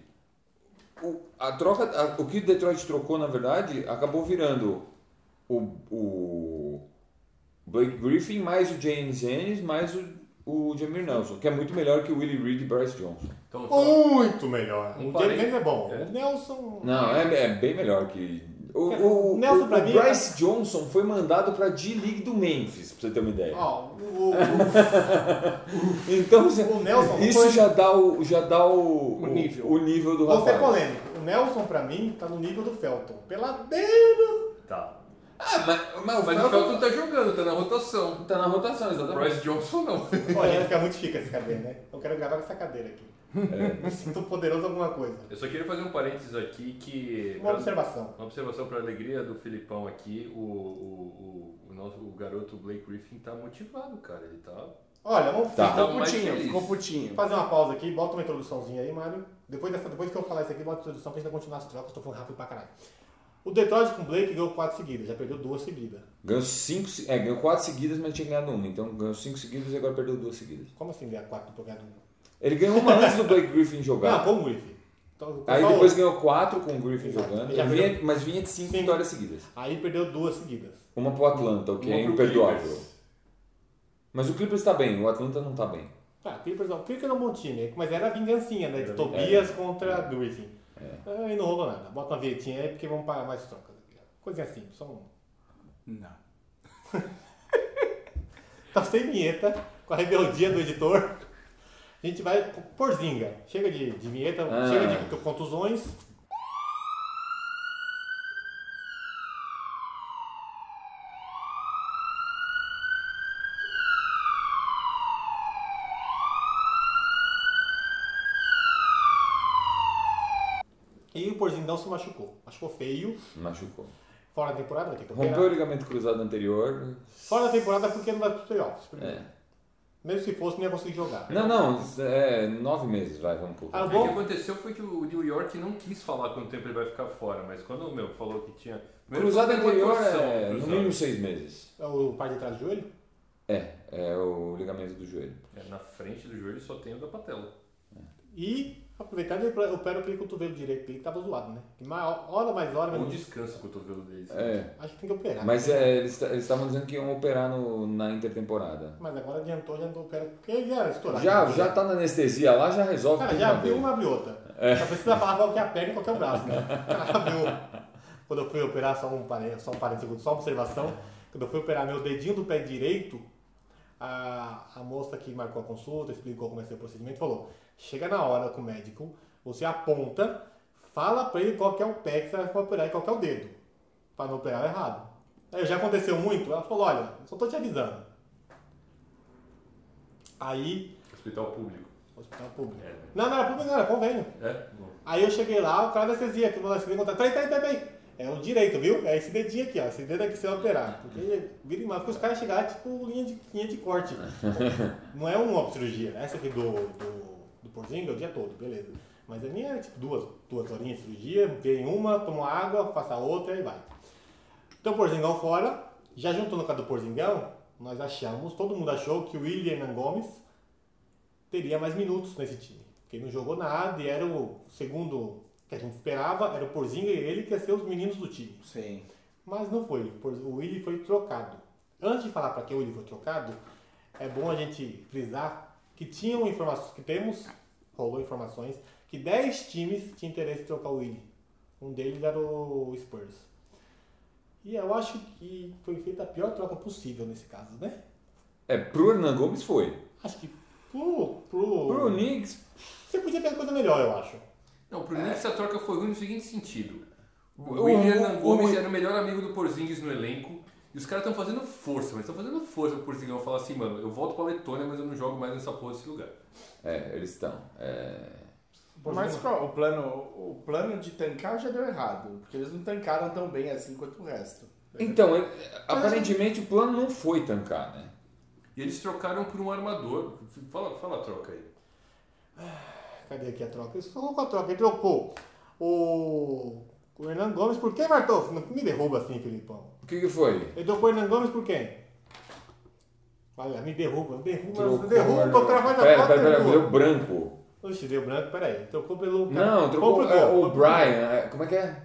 S2: o, a troca, a- o que o Detroit trocou, na verdade, acabou virando o, o Blake Griffin mais o James Ennis mais o, o Jamir Nelson, que é muito melhor que o Willie Reed e Bryce Johnson.
S3: Então, só-
S1: Muito melhor.
S3: Um
S1: o James
S3: parente.
S1: Ennis é bom.
S3: É.
S1: O Nelson.
S2: Não, é, é bem melhor que. O, o, o,
S1: Nelson, pra
S2: o
S1: mim,
S2: Bryce Johnson foi mandado para D-League do Memphis, pra você ter uma ideia.
S1: Ó, o, o-
S2: então, você-
S1: o Nelson
S2: isso
S1: foi-
S2: já dá o, já dá o,
S4: O nível.
S2: o nível do
S1: vou ser
S2: rapaz.
S1: polêmico. O Nelson, pra mim, tá no nível do Felton. Peladeiro!
S3: tá.
S2: Ah, mas, mas o
S3: Mas o
S2: Falcons-
S3: Felton tá jogando, tá na rotação.
S2: Tá na rotação,
S3: O
S2: exatamente.
S3: Bryce Johnson não.
S1: Ó, a gente fica muito chique essa cadeira, né? Eu quero gravar com essa cadeira aqui.
S2: É.
S1: Me sinto poderoso alguma coisa.
S3: Eu só queria fazer um parênteses aqui que.
S1: Uma observação.
S3: Uma observação para alegria do Filipão aqui, o, o, o, o nosso o garoto Blake Griffin tá motivado, cara. Ele tá.
S1: Olha, vamos
S2: Tá.
S1: ficar-
S4: Ficou
S3: mais
S4: putinho,
S3: feliz.
S4: ficou putinho.
S1: fazer uma pausa aqui, bota uma introduçãozinha aí, Mário. Depois, dessa, depois que eu falar isso aqui, bota a introdução pra gente não continuar as trocas, tô falando rápido pra caralho. O Detroit com o Blake ganhou quatro seguidas, já perdeu duas seguidas.
S2: Ganhou cinco, se- é, ganhou quatro seguidas, mas tinha ganhado uma. Então ganhou cinco seguidas e agora perdeu duas seguidas.
S1: Como assim ganhar quatro pro ganhar uma?
S2: Ele ganhou uma antes do Blake Griffin
S1: Não,
S2: jogar.
S1: com o Griffin. Então,
S2: Aí
S1: só
S2: depois
S1: o-
S2: ganhou quatro com o Griffin
S1: Exato.
S2: jogando.
S1: Já
S2: Ele
S1: ganhou.
S2: vinha- mas vinha de cinco
S1: Sim.
S2: vitórias seguidas.
S1: Aí perdeu duas seguidas.
S2: Uma pro Atlanta, o que é
S3: Uma pro
S2: imperdoável.
S3: Clippers.
S2: Mas o Clippers tá bem, o Atlanta não tá bem.
S1: Tá, Clippers não. Clippers é um bom time, mas era a vingancinha, né? De Tobias contra Griffin. Aí não rolou nada. Bota uma vietinha aí porque vamos parar mais trocas. aqui. Coisinha assim, só um.
S4: Não.
S1: Tá sem vinheta, com a rebeldia do editor. A gente vai por zinga. Chega de, de vinheta,
S2: Ah.
S1: chega de contusões. o Porzingão se machucou. Machucou feio.
S2: Machucou.
S1: Fora da temporada, vai ter que
S2: Rompeu o
S1: operar.
S2: ligamento cruzado anterior.
S1: Fora da temporada porque não vai pros playoffs. primeiro.
S2: É.
S1: Mesmo se fosse, não ia conseguir jogar.
S2: Não, não, é nove meses, vai, vamos colocar.
S1: Ah,
S3: É, O que
S1: bom.
S3: aconteceu foi que o New York não quis falar quanto tempo ele vai ficar fora, mas quando o meu falou que tinha. Primeiro
S2: Cruzado
S3: foi uma
S2: anterior
S3: torção,
S2: é no
S3: cruzado.
S2: mínimo seis meses.
S1: É O par de trás do joelho?
S2: É, é o ligamento do joelho.
S3: É, na frente do joelho só tem o da patela.
S1: E aproveitar ele opera aquele cotovelo direito dele que tava zoado, né? Que mais, hora mais hora,
S3: Ou
S1: menos.
S3: descansa o cotovelo deles.
S2: É.
S1: Acho que tem que operar.
S2: Mas é, eles ta- eles estavam dizendo que iam operar no, na intertemporada.
S1: Mas agora adiantou, já não opera. Porque ele era estourado.
S2: Já, já tá na anestesia lá, já resolve
S1: Cara,
S2: tudo
S1: já
S2: na
S1: abriu
S2: vez.
S1: uma, abre outra. Só precisa falar qual que é a perna e qual que é o braço, né? Cara, abriu. Quando eu fui operar, só um parênteses, só um parênteses, só uma observação. Quando eu fui operar meu dedinho do pé direito, a, a moça que marcou a consulta, explicou como é que é o procedimento, falou: chega na hora com o médico, você aponta, fala pra ele qual que é o pé que você vai operar e qual que é o dedo, pra não operar errado. Aí já aconteceu muito, ela falou: olha, só tô te avisando. Aí,
S3: Hospital público.
S1: hospital público.
S3: É.
S1: Não, não era público, não, era convênio.
S3: É? Bom.
S1: Aí eu cheguei lá, o cara da anestesia, que mandou a anestesia contar, peraí, peraí, peraí. É o direito, viu? É esse dedinho aqui, ó. Esse dedo aqui você vai operar. Porque vira e mata, porque os caras chegaram tipo linha de, linha de corte. Não é uma cirurgia. Essa aqui do, do, do Porzinho é o dia todo, beleza. Mas a minha é tipo duas, duas horinhas de cirurgia, vem uma, toma água, passa outra e vai. Então o Porzingão fora, já juntou no caso do Porzingão, nós achamos, todo mundo achou que o William Gomes teria mais minutos nesse time. Porque ele não jogou nada e era o segundo que a gente esperava, era o Porzinga e ele que ia ser os meninos do time.
S4: Sim.
S1: Mas não foi, por- o Willi foi trocado. Antes de falar para que o Willi foi trocado, é bom a gente frisar que tinham informações, que temos, rolou informações, que 10 times tinham interesse em trocar o Willi. Um deles era o Spurs. E eu acho que foi feita a pior troca possível nesse caso, né?
S2: É, pro Hernan Gomes foi.
S1: Acho que pro. pro...
S2: Pro Knicks,
S1: Você podia ter coisa melhor, eu acho.
S3: Não, pro Knicks a troca foi ruim no seguinte sentido.
S2: É. O-
S3: O William
S2: o-
S3: Gomes
S2: o-
S3: era o melhor amigo do Porzingis no elenco. E os caras estão fazendo força, mas estão fazendo força pro Porzingão falar assim, mano, eu volto pra Letônia, mas eu não jogo mais nessa porra desse lugar.
S2: é, eles estão. É,
S4: Mas qual- o plano, o plano de tancar já deu errado, porque eles não tancaram tão bem assim quanto o resto.
S2: Então, ele- aparentemente o plano não foi tancar, né?
S3: E eles trocaram por um armador. Fala, fala a troca aí.
S1: Cadê aqui a troca? Ele colocou a troca, ele trocou o, o Hernan Gomes por quem, Martov? Não me derruba assim, Filipão.
S2: O que, que foi?
S1: Ele trocou o Hernan Gomes por quem? Olha, me derruba, me derruba, me
S2: Trocou-
S1: derruba, o cara faz a
S2: Pera,
S1: foto
S2: pera,
S1: e
S2: pera,
S1: derruba.
S2: deu branco.
S1: Oxe, deu branco, peraí. Trocou pelo. cara-
S2: Não, trocou
S1: complicou,
S2: é, o
S1: complicou.
S2: Brian. é, Como é que é?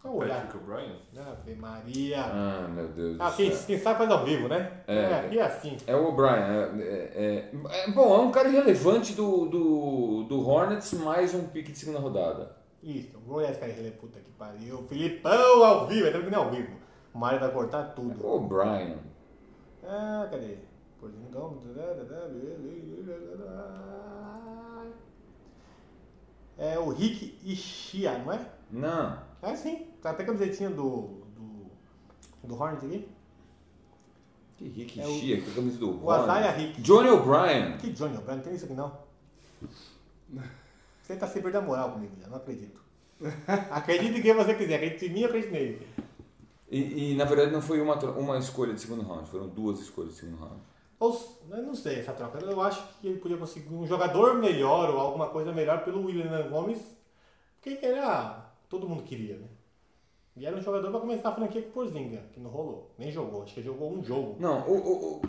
S1: Qual o olhar?
S3: Patrick O'Brien?
S1: Ave Maria.
S2: Ah, meu Deus do
S1: Ah, quem,
S2: céu.
S1: quem sabe faz ao vivo, né?
S2: É.
S1: aqui é assim.
S2: É o O'Brien. É, é- é- bom, é um cara irrelevante do, do, do Hornets, mais um pique de segunda rodada.
S1: Isso, vou olhar esse cara ele é puta que pariu. Filipão ao vivo, ainda bem que não é ao vivo. O Mário vai cortar tudo.
S2: O O'Brien.
S1: Ah, cadê? então, Porzingão. né, É o Rick Ishia, não é?
S2: Não.
S1: É sim. Tá até a camisetinha do. do. do Hornet aqui.
S2: Que Rick
S1: É o-
S2: Chia, que camisa do
S1: O Azaia
S2: Hornets.
S1: Rick.
S2: Johnny O'Brien.
S1: Que Johnny O'Brien, não tem isso aqui não. Você tá se perdendo a moral comigo já, não acredito. Acredite em quem você quiser, acredite em mim, acredite nele.
S2: E, e, na verdade não foi uma, tro- uma escolha de segundo round, foram duas escolhas de segundo round.
S1: Ou, s- eu não sei essa troca. Eu acho que ele podia conseguir um jogador melhor ou alguma coisa melhor pelo William Gomes. Porque que era. ah, Todo mundo queria, né? E era um jogador pra começar a franquia com o Porzinga, que não rolou. Nem jogou, acho que ele jogou um jogo.
S2: Não, o, o,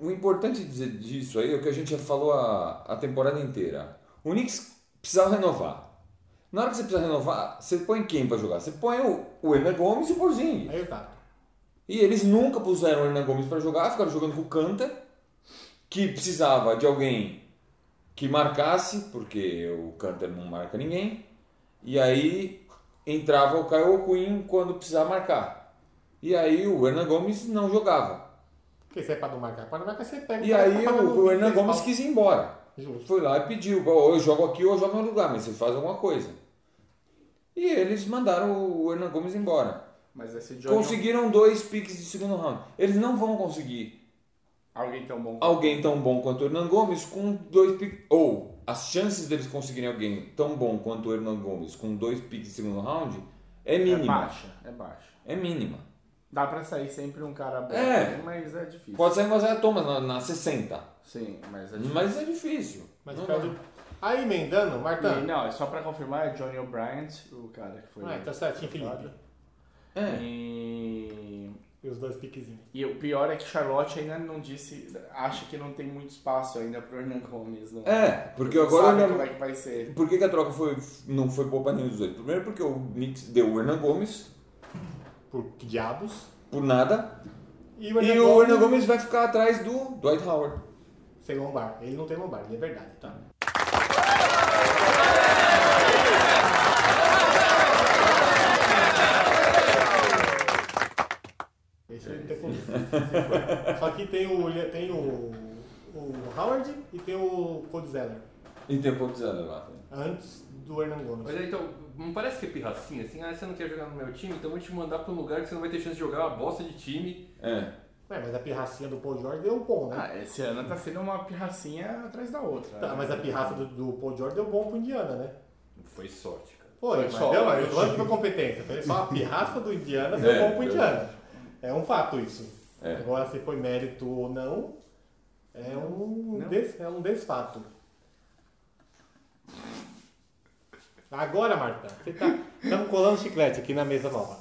S2: o, o importante dizer disso aí é o que a gente já falou a, a temporada inteira. O Knicks precisava renovar. Na hora que você precisa renovar, você põe quem pra jogar? Você põe o, o Hernan Gomes e o Porzingis.
S1: É exato.
S2: E eles nunca puseram o Hernan Gomes pra jogar, ficaram jogando com o Canter, que precisava de alguém que marcasse, porque o Canter não marca ninguém. E aí entrava o Caio Quinn quando precisava marcar. E aí o Hernan Gomes não jogava.
S1: Porque você é pra não marcar, pra não marcar você pega.
S2: E
S1: cara
S2: aí
S1: que tá pagando
S2: o, o Hernan
S1: 26
S2: Gomes
S1: pau.
S2: quis ir embora.
S1: Justo.
S2: Foi lá e pediu, "Bom, ou eu jogo aqui ou eu jogo em outro lugar, mas você faz alguma coisa. E eles mandaram o Hernan Gomes embora.
S4: Mas esse Johnny,
S2: Conseguiram dois piques de segundo round. Eles não vão conseguir
S4: é um, Alguém tão bom.
S2: alguém tão bom quanto o Hernan Gomes com dois piques. Ou as chances deles conseguirem alguém tão bom quanto o Hernan Gomes com dois piques de segundo round é
S4: É
S2: mínima.
S4: baixa, é baixa.
S2: É, mínima.
S4: Dá pra sair sempre um cara bom,
S2: É.
S4: mas é difícil.
S2: Pode sair uma Zé Thomas na, na 60.
S4: Sim, mas é difícil.
S2: Mas é difícil.
S1: Mas
S2: Não
S1: perde.
S2: dá.
S1: Aí emendando,
S4: E,
S1: Martão.
S4: não, é só pra confirmar, é Johnny O'Brien, o cara que foi...
S1: Tá. Ah, tá certinho, Felipe.
S2: É.
S4: E...
S1: E os dois piquezinhos.
S4: e o pior é que Charlotte ainda não disse, acha que não tem muito espaço ainda pro Hernan Gomes. Não
S2: É, porque
S4: não
S2: agora
S4: sabe
S2: eu
S4: como
S2: lembro-
S4: é que vai ser.
S2: Por que, que a troca foi, não foi boa pra nenhum dos dois? Primeiro porque o Knicks deu o Hernan Gomes
S1: Por que diabos?
S2: por nada.
S1: E
S2: E o Hernan Gomes vai ficar atrás do Dwight Howard.
S1: sem lombar. Ele não tem lombar, ele é verdade, tá? Esse não tem como. Só que tem o, ele- tem o, o Howard e tem o Codzeller.
S2: E tem o Pontzano lá.
S1: Antes do Hernan
S3: Mas
S1: Gomes.
S3: aí, então, não parece que é pirracinha assim? Ah, você não quer jogar no meu time? Então eu vou te mandar pra um lugar que você não vai ter chance de jogar uma bosta de time.
S2: É.
S1: É, mas a pirracinha do Paul George deu bom, né?
S4: Ah, esse ano tá sendo uma pirracinha atrás da outra.
S1: Tá,
S4: né?
S1: mas a pirraça do, do Paul George deu bom pro Indiana, né?
S3: Foi sorte, cara.
S1: Foi, mas
S4: só-
S1: deu, mas lógico que é competência. Foi Só a pirraça do Indiana deu
S2: um É,
S1: bom pro
S2: deu.
S1: Indiana. É um fato isso.
S2: É.
S1: Agora, se foi mérito ou não, é um, des- é um desfato. Agora, Marta, você tá. Estamos colando chiclete aqui na mesa nova.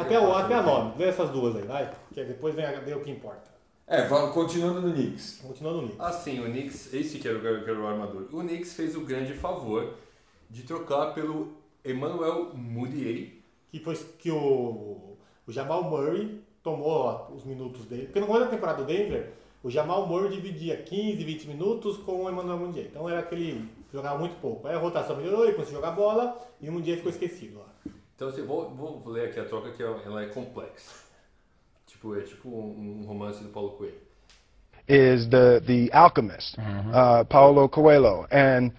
S1: Até, o, até
S2: né?
S1: a nome, vê essas duas aí, vai. Que depois vem, a- vem o que importa.
S2: É, va- continuando no Knicks.
S1: Continuando o Nick.
S3: Assim, o Knicks, esse que era, o- que era o armador, o Knicks fez o grande favor de trocar pelo Emmanuel Mudiay.
S1: Que foi que o, o Jamal Murray tomou ó, os minutos dele. Porque no começo da temporada do Denver, o Jamal Murray dividia 15, 20 minutos com o Emmanuel Mundial. Então era aquele. jogava muito pouco. Aí a rotação melhorou, ele conseguiu jogar bola e o Mundial ficou esquecido lá.
S3: Então, assim, vou, vou ler aqui a troca que ela é complexa. Tipo, é tipo um, um romance do Paulo Coelho.
S10: is the the alchemist, uh, Paulo Coelho, and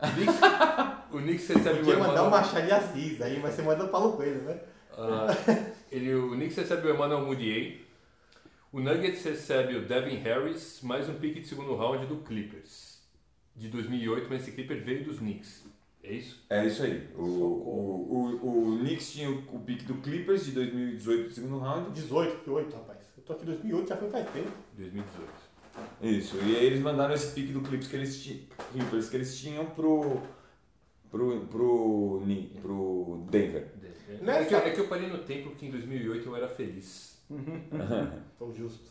S3: O Knicks, o Knicks recebe o
S1: Podia mandar
S3: Emmanuel...
S1: o Machado de Assis aí, mas você manda o Paulo Coelho, né?
S3: Ah, ele, o Knicks recebe o Emmanuel Mudiay. O Nuggets recebe o Devin Harris, mais um pique de segundo round do Clippers. De 2008, mas esse Clipper veio dos Knicks. É isso?
S2: É isso aí. O, o, o, o Knicks tinha o, o pique do Clippers de 2018 do segundo round.
S1: 18, 18, rapaz. Eu tô aqui em 2008, já foi faz tempo.
S3: 2018.
S2: Isso. E aí eles mandaram esse pique do Clippers que eles, ti- Clippers que eles tinham pro, pro, pro, Kni- pro Denver.
S3: É que, eu- é que eu parei no tempo porque em 2008 eu era feliz.
S1: Sou justo.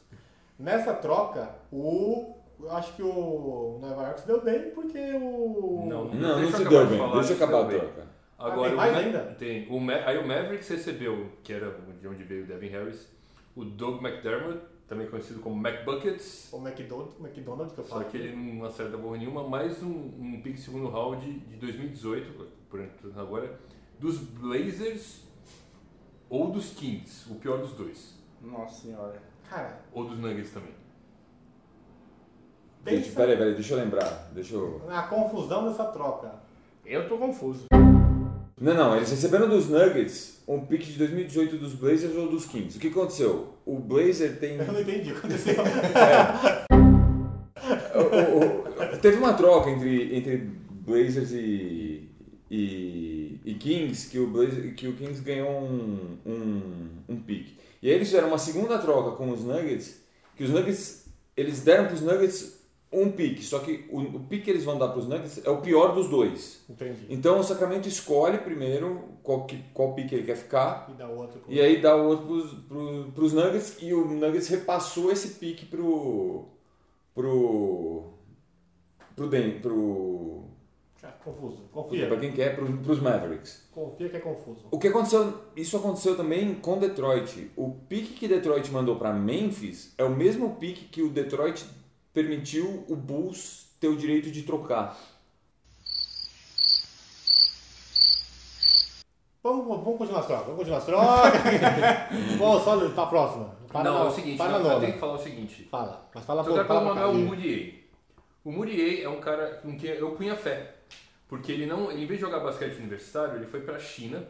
S1: Nessa troca, o. Eu acho que o Nova York se deu bem porque o.
S2: Não, não
S3: deixa eu
S2: se
S3: acabar
S2: deu
S3: de
S2: bem.
S3: falar,
S2: Deixa eu
S3: se
S2: acabar a
S3: deu bem.
S2: troca.
S1: Ah,
S3: Agora,
S1: tem
S3: o
S1: mais
S3: Ma-
S1: ainda?
S3: Tem. O Ma- aí o Mavericks recebeu, que era de onde veio o Devin Harris, o Doug McDermott, também conhecido como McBuckets,
S1: O McDonald's, McDonald's que eu
S3: só
S1: falo.
S3: que ele não acerta porra nenhuma, mais um, um pick segundo round de 2018, por enquanto agora, dos Blazers ou dos Kings, o pior dos dois,
S4: Nossa senhora.
S1: Cara,
S3: ou dos Nuggets também.
S2: Deixa,
S1: pensa
S2: peraí, peraí, deixa eu lembrar. Deixa eu...
S1: na confusão dessa troca.
S4: Eu tô confuso.
S2: Não, não, eles receberam dos Nuggets um pique de 2018 dos Blazers ou dos Kings. O que aconteceu? O Blazer tem.
S1: Eu não entendi o que aconteceu.
S2: o- o- teve uma troca entre, entre Blazers e, e, e Kings que o, Blazer, que o Kings ganhou um, um, um pique. E aí eles fizeram uma segunda troca com os Nuggets, que os Nuggets, eles deram para os Nuggets um pique, só que o, o pique que eles vão dar para os Nuggets é o pior dos dois.
S1: Entendi.
S2: Então o Sacramento escolhe primeiro qual, que, qual pique ele quer ficar,
S1: E da outra. pro-
S2: e aí dá o outro pros, pro- pros Nuggets e o Nuggets repassou esse pique pro. pro. pro. Den, pro
S1: Cara, Ah, confuso. Confia.
S2: pra quem quer, pro, pros Mavericks.
S1: Confia que é confuso.
S2: O que aconteceu. Isso aconteceu também com Detroit. O pique que Detroit mandou pra Memphis é o mesmo pique que o Detroit permitiu o Bulls ter o direito de trocar.
S1: Vamos, vamos continuar as trocas. Vamos continuar as trocas. Bom, só pra próxima. Para
S3: não,
S1: na-
S3: é o seguinte,
S1: Para
S3: não, é
S1: na
S3: eu
S1: nona.
S3: tenho que falar o seguinte.
S1: Fala. Mas fala
S3: Trocar pelo
S1: fala pra
S3: Manuel
S1: caralho.
S3: Murier. O Murier é um cara com quem eu punha fé. Porque ele não, ele, em vez de jogar basquete universitário, ele foi pra China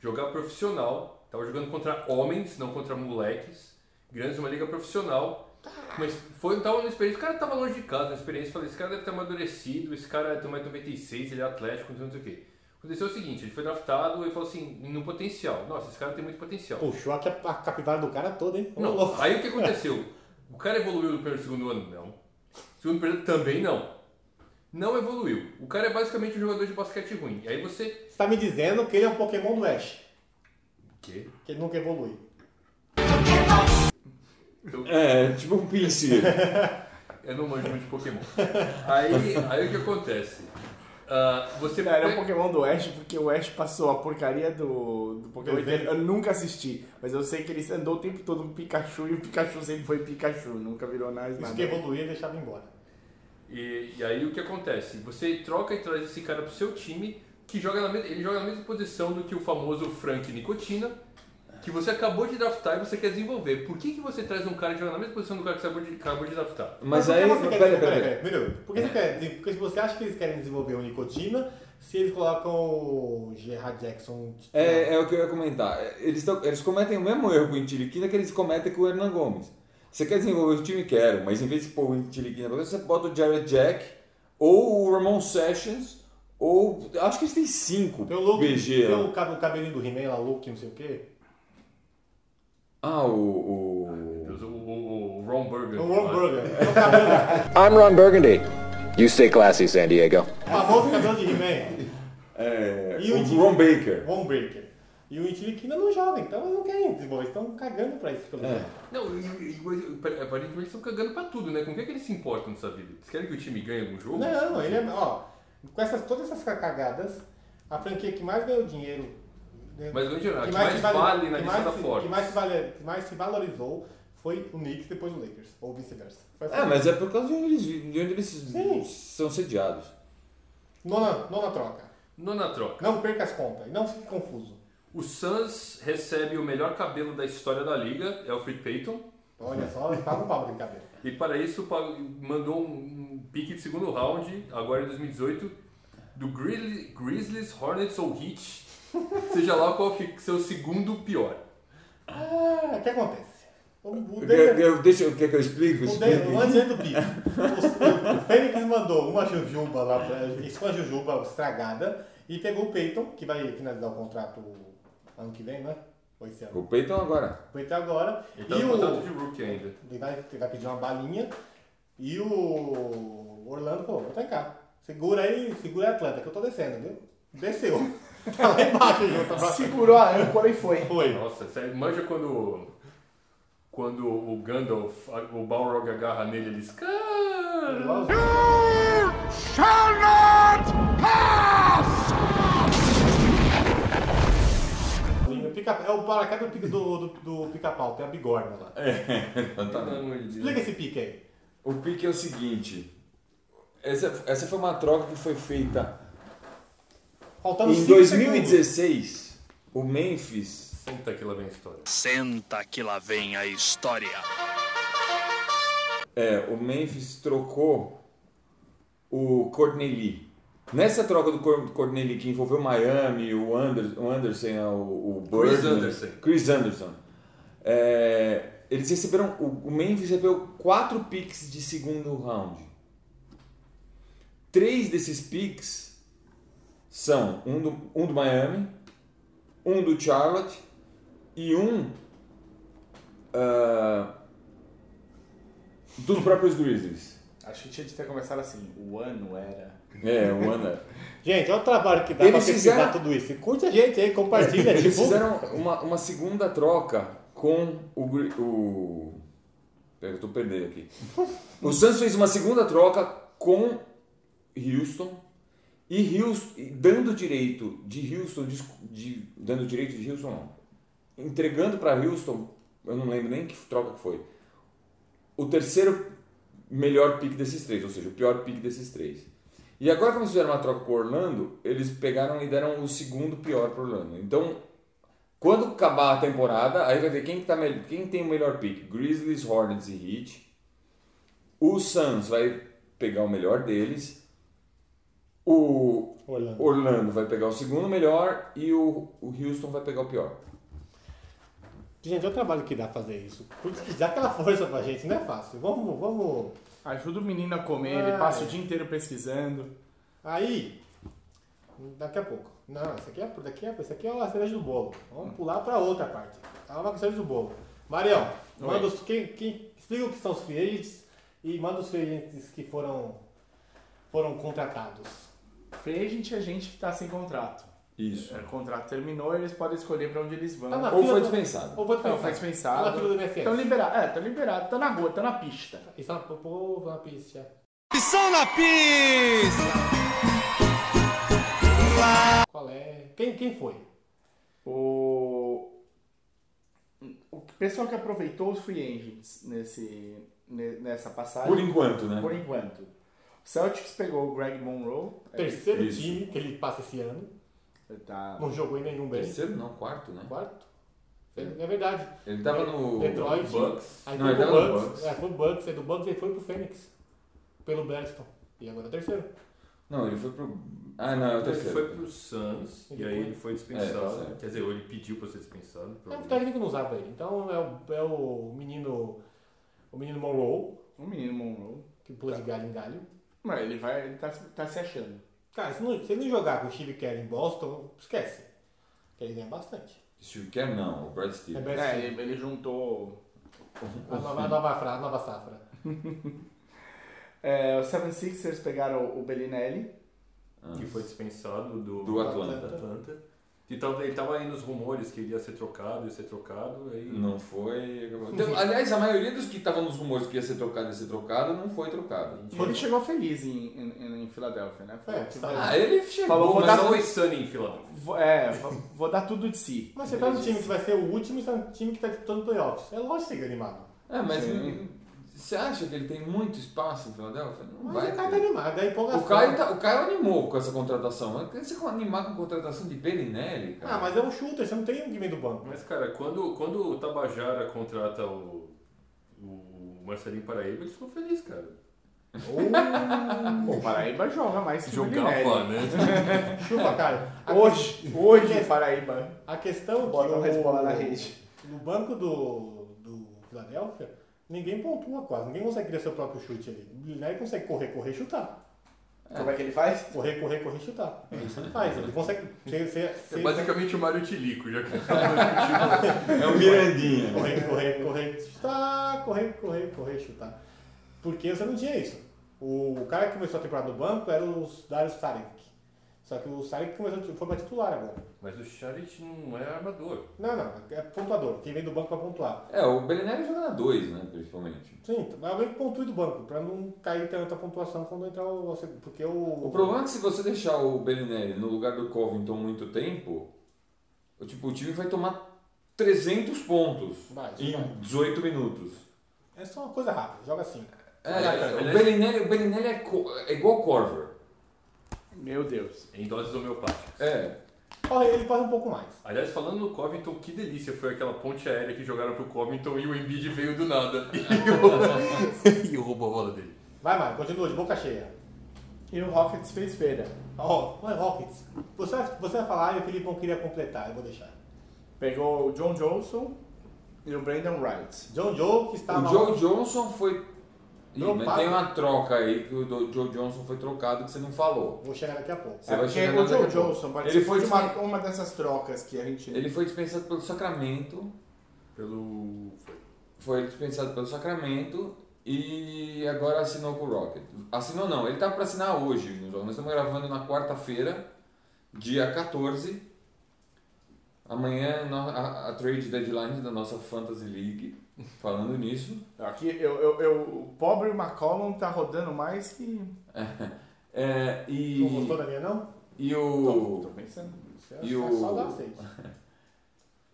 S3: jogar profissional. Tava jogando contra homens, não contra moleques. grandes numa liga profissional.
S1: Tá.
S3: Mas foi então uma experiência. O cara tava longe de casa, na experiência. Falei, esse cara deve ter amadurecido, esse cara tem 1,96m, ele é atlético, não sei o quê. Aconteceu o seguinte, ele foi draftado e falou assim, no potencial. Nossa, esse cara tem muito potencial.
S1: Puxou a, a capivara do cara toda, hein?
S3: Não,
S1: Ô,
S3: aí o que aconteceu? O cara evoluiu do primeiro e segundo ano? Não. Segundo período também não. Não evoluiu. O cara é basicamente um jogador de basquete ruim. E aí você.
S1: Você tá me dizendo que ele é um Pokémon do Ash,
S3: Que?
S1: que ele nunca evolui.
S2: É, tipo um pincel.
S3: Eu não manjo muito de Pokémon. Aí, aí o que acontece? Ah, você
S4: Cara, é um
S3: pega-
S4: Pokémon do Ash, porque o Ash passou a porcaria do, do Pokémon
S1: Do
S4: inteiro.
S1: evento.
S4: Eu nunca assisti, mas eu sei que ele andou o tempo todo com Pikachu e o Pikachu sempre foi Pikachu, nunca virou mais
S1: Isso
S4: nada.
S1: que é evoluía e deixava embora.
S3: E, e aí o que acontece? Você troca e traz esse cara pro seu time, que joga na, me- ele joga na mesma posição do que o famoso Frank Nicotina, que você acabou de draftar e você quer desenvolver. Por que, que você traz um cara que joga na mesma posição do cara que você acabou de, acabou de draftar?
S2: Mas
S1: por que
S2: aí.
S1: você quer
S2: Peraí, peraí,
S1: desenvolver-
S2: peraí.
S1: peraí, peraí. Por que você quer desen- Porque se você acha que eles querem desenvolver o Nicotina, se eles colocam o Gerard Jackson.
S2: É, é o que eu ia comentar. Eles, tão- eles cometem o mesmo erro com o Intiliquina que eles cometem com o Hernan Gomes. Você quer desenvolver o time? Quero, mas em vez de pôr o Intiliquina, você bota o Jared Jack, ou o Ramon Sessions, ou. Acho que eles têm cinco né?
S1: Tem o Luke.
S2: BG.
S1: Tem o cab- o cabelinho do He-Man lá, Luke, não sei o quê.
S2: Ah, o. o-
S3: O, o, o Ron né? Burger.
S1: O
S3: lá.
S1: Ron Burger. É o cabelo,
S11: I'm Ron Burgundy. You stay classy, San Diego.
S1: o famoso cabelo de He-Man.
S2: é,
S1: E
S2: o
S1: o Intiliquina?
S2: Ron Baker.
S1: Ron Breaker. E o Intiliquina não joga, então eles não querem desenvolver. Eles estão cagando pra isso. Pelo
S2: É.
S1: menos.
S3: Não, e- e- mas, pa- aparentemente estão cagando pra tudo, né? Com o que, é que eles se importam nessa vida? Eles querem que o time ganhe algum jogo?
S1: Não, ele é. Ó, com essas, todas essas cagadas, a franquia que mais ganhou dinheiro. né,
S3: Mas ganhou dinheiro, a Ah, que mais
S1: se
S3: vale na
S1: que
S3: lista
S1: mais
S3: da
S1: se-
S3: Forbes.
S1: Que mais, se vale- que mais se valorizou foi o Knicks depois o Lakers, ou vice-versa. Foi assim. essa-
S2: É, mas é por causa de onde eles, vi- de onde eles
S1: Sim.
S2: são sediados.
S1: Nona, nona troca.
S3: Nona troca.
S1: Não perca as contas, e não fique confuso.
S3: O Suns recebe o melhor cabelo da história da liga, Alfred Payton.
S1: Olha só, paga um pau de cabelo.
S3: E para isso pa- mandou um, um pique de segundo round, agora em 2018, do Grizzly- Grizzlies, Hornets ou Heat, seja lá qual fica seu segundo pior.
S1: Ah, o que acontece? O, o,
S2: Eu, eu,
S1: Denver-
S2: eu- deixa, eu- quer que eu explique? Eu
S1: o,
S2: explico.
S1: Denver- o antes do bico. O, o Fênix mandou uma jujuba lá, pra, isso com a jujuba estragada, e pegou o Peyton, que vai finalizar o contrato ano que vem, não é? Ou esse ano?
S2: O Peyton agora.
S1: Foi até agora.
S3: Ele tá
S1: e
S3: no contrato de
S1: o.
S3: rookie ainda.
S1: Ele vai, ele vai pedir uma balinha. E o. Orlando falou, vou cá. Segura aí, segura a Atlanta, que eu tô descendo, viu? Desceu. tá lá embaixo, Ju, tá lá.
S4: Segurou a âncora e foi.
S1: Foi.
S3: Nossa, sério, manja quando, quando o Gandalf, a- o Balrog agarra nele, ele diz, cara...
S1: O pica- É o paraquedas do, pica- do, do, do pica-pau, tem a bigorna lá.
S2: É.
S3: Não, ele diz,
S1: Explica esse pique aí.
S2: O pique é o seguinte. Essa, essa foi uma troca que foi feita
S1: Faltando
S2: em
S1: cinco
S2: 2016. O Memphis.
S3: Senta que lá vem a história.
S8: Senta que lá vem a história.
S2: É, o Memphis trocou o Courtney Lee. Nessa troca do Cor- Courtney Lee, que envolveu Miami, o, Ander, o Anderson, o, o
S3: Chris
S2: Birdman,
S3: Anderson.
S2: Chris Anderson. É, eles receberam. O, o Memphis recebeu quatro picks de segundo round. Três desses picks são um do, um do Miami, um do Charlotte e um ah, dos próprios Grizzlies.
S4: Acho que tinha de ter começado assim, o ano era...
S2: É, o Ana.
S1: Gente, olha o trabalho que dá
S2: Eles
S1: pra pesquisar
S2: fizeram-
S1: tudo isso. E Curte a gente aí, compartilha,
S2: Eles
S1: divulga.
S2: fizeram uma, uma segunda troca com o. Gri- o... Pera, eu tô perdendo aqui. O Suns fez uma segunda troca com Houston e Houston, e dando direito de Houston, de, de- dando direito de Houston, não. entregando para Houston, eu não lembro nem que troca que foi. O terceiro melhor pick desses três, ou seja, o pior pick desses três. E agora quando eles fizeram uma troca com o Orlando, eles pegaram e deram o segundo pior para Orlando. Então, quando acabar a temporada, aí vai ver quem, que tá mel- quem tem o melhor pick, Grizzlies, Hornets e Heat. O Suns vai pegar o melhor deles. O
S1: Orlando.
S2: Orlando vai pegar o segundo melhor e o, o Houston vai pegar o pior.
S1: Gente, é o trabalho que dá fazer isso. Porque dá aquela força pra gente, não é fácil. Vamos, vamos.
S4: Ajuda o menino a comer, é. ele passa o dia inteiro pesquisando.
S1: Aí, daqui a pouco. Não, isso aqui é, daqui é, isso aqui é a cereja do bolo. Vamos pular pra outra parte. Calma com a cereja do bolo. Marião, manda os, quem, quem, explica o que são os free agents e manda os free agents que foram, foram contratados.
S4: Free agent é gente que está sem contrato. É,
S2: Isso.
S4: O contrato terminou, eles podem escolher para onde eles vão. Tá
S2: É, ou foi dispensado.
S1: Ou foi dispensado.
S4: Não, foi dispensado.
S1: Tá na fila do INSS.
S4: Estão liberados. É, estão liberados. Estão na rua, estão na pista.
S1: Estão na, pô, na pista.
S9: Estão na pista!
S1: Lá. Qual é? Quem, quem foi?
S4: O... O pessoal que aproveitou os free agents nesse, nessa passagem.
S2: Por enquanto, né?
S4: Por enquanto. O Celtics pegou o Greg Monroe.
S1: Terceiro é time que ele passa esse ano.
S4: Ele tá...
S1: Não jogou em nenhum bem.
S2: Ah. Terceiro não, quarto, né?
S1: Quarto. É verdade.
S2: Ele tava no
S1: Detroit.
S2: Bucks.
S1: Aí
S2: não,
S1: foi
S2: ele
S1: pro
S2: tava no
S1: Bucks.
S2: Bucks.
S1: É, foi pro Bucks. Aí do Bucks ele foi pro Fênix. Pelo Blaston. E agora é terceiro.
S2: Não, ele foi pro... Ah, não, é o
S3: Ele
S2: terceiro.
S3: foi pro Suns e aí ele foi
S2: É, tá
S3: dispensado.
S2: certo.
S3: Quer dizer, ou ele pediu pra ser dispensado.
S1: É, o técnico não usava ele. Então é o, é o menino... O menino Monroe.
S4: O um menino Monroe.
S1: Que pula
S2: Tá.
S1: de galho em galho.
S4: Mas ele vai. Ele tá, tá se achando.
S1: Cara, se, não, se ele não jogar com o Steve Kerr em Boston, esquece. Que ele ganha bastante.
S2: Steve Kerr não, o Brad
S1: É
S2: Stevens.
S1: best
S4: É,
S1: team.
S4: ele, ele juntou.
S1: a, nova, a nova fra- a nova safra.
S4: É, os 76ers pegaram o Bellinelli.
S3: Que foi dispensado do,
S2: Do
S1: Atlanta.
S3: Atlanta. E tava, ele tava aí nos rumores que ele ia ser trocado, ia ser trocado. Aí...
S2: Não foi... acabou. Então, aliás, a maioria dos que estavam nos rumores que ia ser trocado ia ser trocado não foi trocado.
S4: Ele chegou feliz em, em, em Filadélfia, né? Falou
S1: É,
S4: que
S1: tá.
S2: Ah, ele chegou,
S4: Falou, vou
S2: mas
S4: dar
S2: não-
S3: Não foi Sunny em Filadélfia.
S4: Vou, é, vou, vou dar tudo de si.
S1: Mas você tá no time que vai ser o último e tá no time que tá disputando playoffs. É lógico que você ganha animado.
S2: É, mas você acha que ele tem muito espaço em Philadelphia? Não
S1: Mas
S2: vai
S1: o Caio tá
S2: ter.
S1: animado, é empolgação.
S2: O Caio, tá- o Caio animou com essa contratação. Mas Você animar com a contratação de Bellinelli, cara?
S1: Ah, mas é um shooter, você não tem um que vem do banco.
S3: Mas, cara, quando, quando o Tabajara contrata o, o Marcelinho Paraíba, eles ficam felizes, cara.
S4: Uh. Pô, o Paraíba joga mais que o
S3: Jogava,
S4: Bellinelli.
S3: né?
S1: Chupa, Caio. A
S4: Hoje, hoje, Paraíba.
S1: A questão é que
S4: Bota
S1: o-
S4: uma resbola na rede.
S1: No banco do, do Philadelphia, ninguém pontua quase. Ninguém consegue criar seu próprio chute ali. O Linelli consegue correr, correr e chutar.
S4: Como é que ele faz?
S1: Correr, correr, correr e chutar. É isso que ele faz. Ele consegue... Você, você,
S3: É
S1: você,
S3: basicamente o Mário Tilico, já que
S2: É o Mirandinha.
S1: Correr, correr, correr, chutar, correr, correr, correr, chutar. Porque você não tinha isso. O cara que começou a temporada no banco era o Darius Sarek. Só que o Sarek começou, foi pra titular agora.
S3: Mas o Charit não é armador.
S1: Não, não, é pontuador. Quem vem do banco pra pontuar.
S2: É, o Bellinelli joga na 2, né, principalmente.
S1: Sim, mas alguém que pontue do banco, pra não cair tanta pontuação quando entrar o. Porque o.
S2: O problema é que se você deixar o Bellinelli no lugar do Covington muito tempo, o, tipo, o time vai tomar 300 pontos
S1: Vai,
S2: em
S1: vai.
S2: 18 minutos.
S1: É só uma coisa rápida, joga assim.
S2: É,
S3: Aliás,
S2: o,
S3: aliás-
S2: Bellinelli, o Bellinelli é, co- é igual o Corver.
S4: Meu Deus.
S3: Em doses homeopáticas.
S2: É,
S1: Corre, ele corre um pouco mais.
S3: Aliás, falando no Covington, que delícia foi aquela ponte aérea que jogaram pro Covington e o Embiid veio do nada. E, o... e roubou a bola dele.
S1: Vai, Mário, continua de boca cheia.
S4: E o Rockets fez feira.
S1: Ó, oh, Rockets, você, vai- você vai falar e o Filipão queria completar, eu vou deixar.
S4: Pegou o John Johnson e o Brandon Wright.
S1: John Joe, que
S2: o
S1: estava.
S2: Joe Johnson foi... Ih, mas
S1: Tá Dropado.
S2: tem uma troca aí que o do- Joe Johnson foi trocado que você não falou.
S1: Vou chegar daqui a pouco.
S2: Você vai
S4: É porque
S2: chegar
S4: o
S2: daqui a
S4: John
S2: pouco.
S4: Johnson
S2: ele
S4: participou
S2: foi,
S4: de uma,
S2: dispen-
S4: uma dessas trocas que a gente...
S2: ele foi dispensado pelo Sacramento.
S3: Pelo. Foi.
S2: Foi dispensado pelo Sacramento e agora assinou com o Rocket. Assinou não, ele tá para assinar hoje. no jogo. Nós estamos gravando na quarta-feira, dia 14. Amanhã no- a, a trade deadline da nossa Fantasy League. Falando nisso,
S4: Aqui, eu, eu, eu- o pobre McCollum tá rodando mais que...
S2: é, e,
S1: Não gostou da minha, não? É
S2: e o
S4: Tô pensando.
S1: Você
S2: E o-
S1: só dá seis.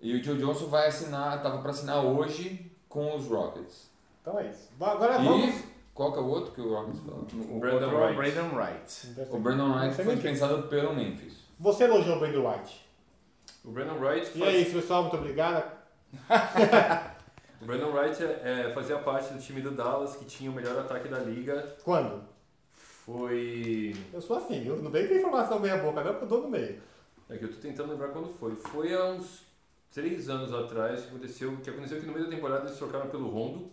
S2: e o Joe Johnson vai assinar, tava para assinar hoje com os Rockets.
S1: Então é isso. Vai, Agora vamos.
S2: E qual que é o outro que o Rockets falou?
S4: O
S3: Brandon
S4: outro é o
S3: Wright.
S4: Brandon Wright.
S2: O Brandon
S1: Você
S2: Knight foi
S1: nem quer.
S2: dispensado pelo Memphis.
S1: Você elogiou o Brandon White.
S3: O Brandon Wright
S1: E é isso, pessoal, muito obrigado.
S3: O Brandon Wright é, é, fazia parte do time do Dallas que tinha o melhor ataque da liga.
S1: Quando?
S3: Foi.
S1: Eu sou assim, eu não dei informação meia boca, não, porque eu dou no meio.
S3: É que eu tô tentando lembrar quando foi. Foi há uns três anos atrás, que aconteceu, que aconteceu que no meio da temporada eles trocaram pelo Rondo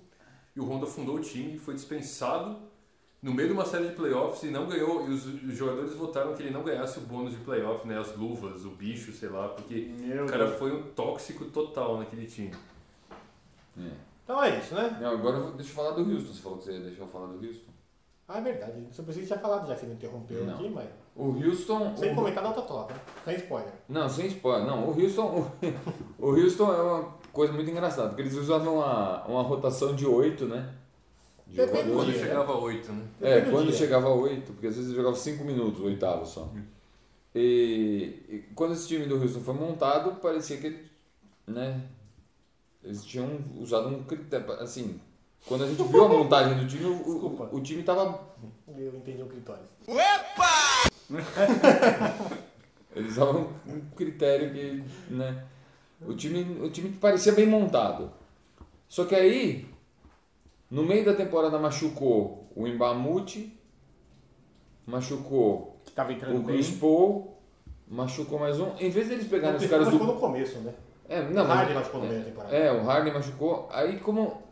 S3: e o Rondo fundou o time, foi dispensado no meio de uma série de playoffs e não ganhou. E os, os jogadores votaram que ele não ganhasse o bônus de playoff, né? As luvas, o bicho, sei lá, porque
S4: Meu
S3: o cara
S4: Deus.
S3: foi um tóxico total naquele time.
S1: Então é isso, né?
S2: Não, agora eu vou- deixa eu falar do Houston. Você falou que você ia deixar eu falar do Houston.
S1: Ah, é verdade. Só pensei que tinha falado já que você me interrompeu
S2: Não.
S1: aqui, mas.
S2: O Houston.
S1: Sem
S2: o-
S1: comentar na outra troca, né? sem spoiler.
S2: Não, sem spoiler. Não, o Houston, o, o Houston é uma coisa muito engraçada, porque eles usavam uma, uma rotação de 8, né? De
S1: Depende
S2: jogadores.
S3: Quando chegava a oito, né?
S2: É,
S1: Depende do
S2: quando
S1: dia.
S2: chegava a 8, porque às vezes jogava 5 minutos, o oitavo só.
S1: Hum.
S2: E, e quando esse time do Houston foi montado, parecia que ele, né, eles tinham usado um critério. Assim, quando a gente viu a montagem do time, o, o, o time tava.
S1: Eu entendi o tá clitóris.
S2: Eles usavam um critério que. Né, o, time, o time parecia bem montado. Só que aí, no meio da temporada, machucou o Embamute, machucou
S4: Que tava entrando
S2: O
S4: bem.
S2: Chris Paul machucou mais um. Em vez deles pegarem os caras
S1: ficou
S2: do.
S1: no começo, né?
S2: É, não,
S1: o
S2: mas-
S1: Harden machucou no meio da temporada.
S2: É, o Harden machucou. Aí como.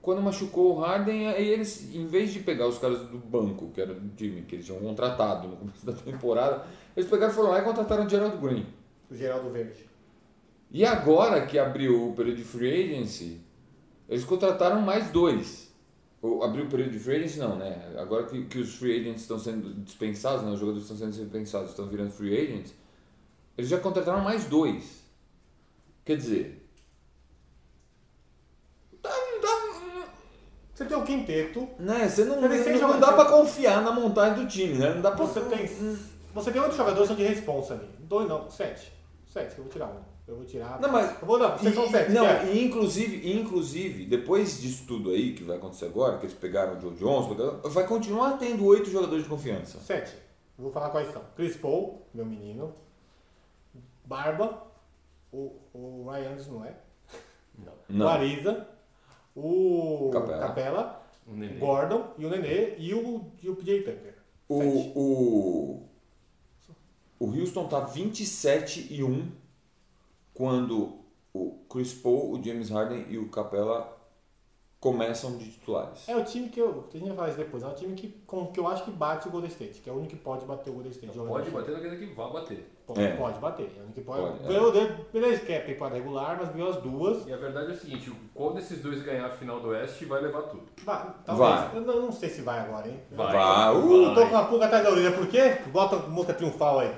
S2: Quando machucou o Harden, aí eles, em vez de pegar os caras do banco, que era do time, que eles tinham contratado no começo da temporada, eles pegaram e foram lá e contrataram o Gerald Green.
S1: O Geraldo Verde.
S2: E agora que abriu o período de free agency, eles contrataram mais dois. Ou abriu o período de free agency, não, né? Agora que, que os free agents estão sendo dispensados, né? os jogadores estão sendo dispensados, estão virando free agents, eles já contrataram mais dois. Quer dizer,
S1: Você tem o quinteto,
S2: né? Você não,
S1: Eles têm
S2: não, não
S1: jogador-
S2: dá pra confiar na montagem do time, né? Não dá pra.
S1: você tem. Você tem oito jogadores que são de responsa ali. Dois não, sete. Sete, eu vou tirar um. Eu vou tirar.
S2: Não, mas-
S1: Eu vou dar, vocês são
S2: E-
S1: sete.
S2: Não,
S1: quer?
S2: e inclusive, e inclusive, depois disso tudo aí que vai acontecer agora, que eles pegaram o Joe Jones, pegaram- vai continuar tendo oito jogadores de confiança.
S1: Sete. Eu vou falar quais são. Chris Paul, meu menino. Barba. O, o Ryan Anderson não é.
S2: Não.
S1: O Ariza. O
S2: Capela.
S1: Capela,
S3: O Nenê.
S1: o Gordon e o Nenê e o, e o PJ Tucker.
S2: O,
S1: Sete.
S2: o, o Houston tá 27 e 1 quando o Chris Paul, o James Harden e o Capella começam de titulares.
S1: É o time que eu. A gente vai falar isso depois. É o time que, com, que eu acho que bate o Golden State, que é o único que pode bater o Golden State.
S3: Pode bater naquele que vá bater.
S1: Pode,
S2: É.
S1: pode bater. É o único que pode.
S2: Pode, é.
S1: ganhou, de- Beleza, que é temporada regular, mas ganhou as duas.
S3: E a verdade é o seguinte, o- qual desses dois ganhar a final do Oeste vai levar tudo.
S1: Vai, talvez.
S2: Vai.
S1: Eu não, não sei se vai agora, hein?
S3: Vai.
S2: Vai.
S1: Uh, tô com a pulga atrás da orelha. Por quê? Bota música triunfal aí.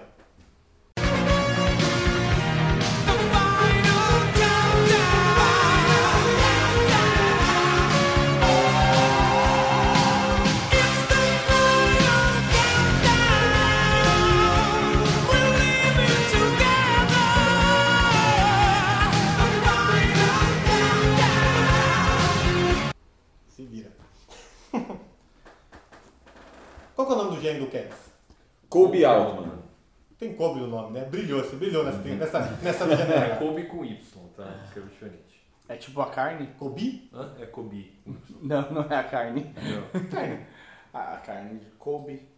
S1: Se vira. Qual que é o nome do gênio do Cavs?
S2: Kobe Altman.
S1: Tem Kobe no nome, né? Brilhou, se brilhou nessa,
S2: Uhum.
S1: nessa, nessa janela.
S3: É Kobe com Y, tá? Escreve diferente.
S4: É tipo a carne?
S1: Kobe?
S3: Hã? É Kobe.
S4: Não, não é a carne.
S3: Não.
S1: Carne.
S4: A, a carne de Kobe.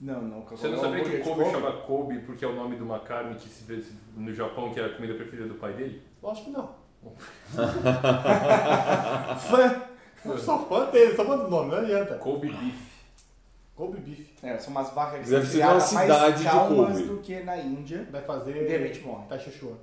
S4: Não, não.
S3: Você não
S4: o
S3: sabia que
S4: hambúrguer de
S3: Kobe chama Kobe porque é o nome de uma carne que se vê no Japão, que era a comida preferida do pai dele?
S1: Lógico que não.
S4: Fã.
S1: Eu sou fã dele, sou fã do nome, não adianta.
S3: Kobe Beef.
S1: Kobe Beef.
S4: É, são umas vacas que
S2: Deve
S4: são
S2: ser uma
S4: criadas mais
S2: cidade de
S4: calmas
S2: Kobe.
S4: do que na Índia.
S1: Vai fazer.
S4: De repente morre.
S1: Tá chuchu.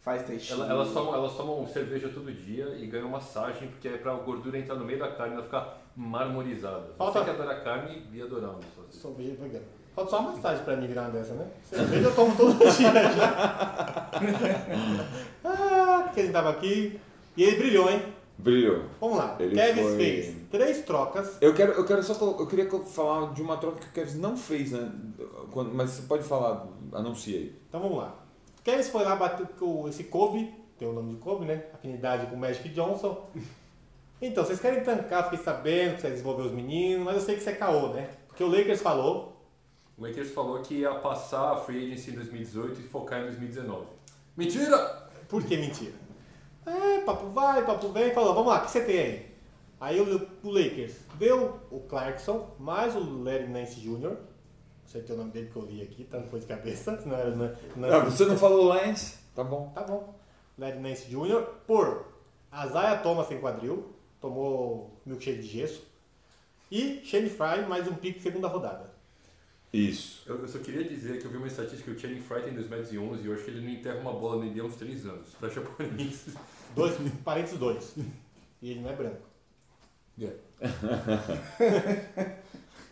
S4: Faz teixinho.
S3: Ela- Elas tomam, elas tomam cerveja todo dia e ganham massagem, porque é pra gordura entrar no meio da carne e ela ficar marmorizada.
S1: Falta-
S3: Você que adora carne, ia adorar um negócio
S1: Sou veja- vegano. Falta só uma massagem pra mim virar uma dessa, né? Cerveja eu tomo todo dia já. ah, porque ele tava aqui. E ele brilhou, hein?
S2: Brilhou.
S1: Vamos lá.
S2: Ele
S1: Kevin
S2: foi-
S1: fez três trocas.
S2: Eu quero, eu quero só colo- eu queria co- falar de uma troca que o Kevs não fez, né? Quando- mas você pode falar, anuncia aí.
S1: Então vamos lá. Kevin foi lá bater com esse Kobe, tem o nome de Kobe, né? Afinidade com o Magic Johnson. Então, vocês querem tancar, fiquei sabendo que você desenvolveu os meninos, mas eu sei que você é caô, né? Porque o Lakers falou,
S3: O Lakers falou que ia passar a free agency em 2018 e focar em 2019. Mentira!
S1: por que mentira? É, papo vai, papo vem, falou, vamos lá, o que você tem aí? Aí o, o Lakers deu o Clarkson, mais o Larry Nance Jr., não sei o nome dele que eu li aqui, tá? Não foi de cabeça, senão era... Não,
S2: Ah, você não falou Lance? Tá bom.
S1: Tá bom. Larry Nance Jr. por Azaia Thomas sem quadril, tomou milkshake de gesso. E Shane Fry, mais um pique segunda rodada.
S2: Isso.
S3: Eu, eu, só queria dizer que eu vi uma estatística que o Channing Fry tem 2011 e eu acho que ele não enterra uma bola nem há uns 3 anos. Pra japonês.
S1: Dois, parentes dois. E ele não é branco.
S3: Yeah.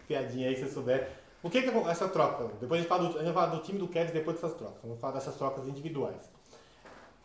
S1: Piadinha aí se você souber. O que é que é essa troca? Depois a gente, fala do, a gente fala do time do Cavs depois dessas trocas. Vamos falar dessas trocas individuais.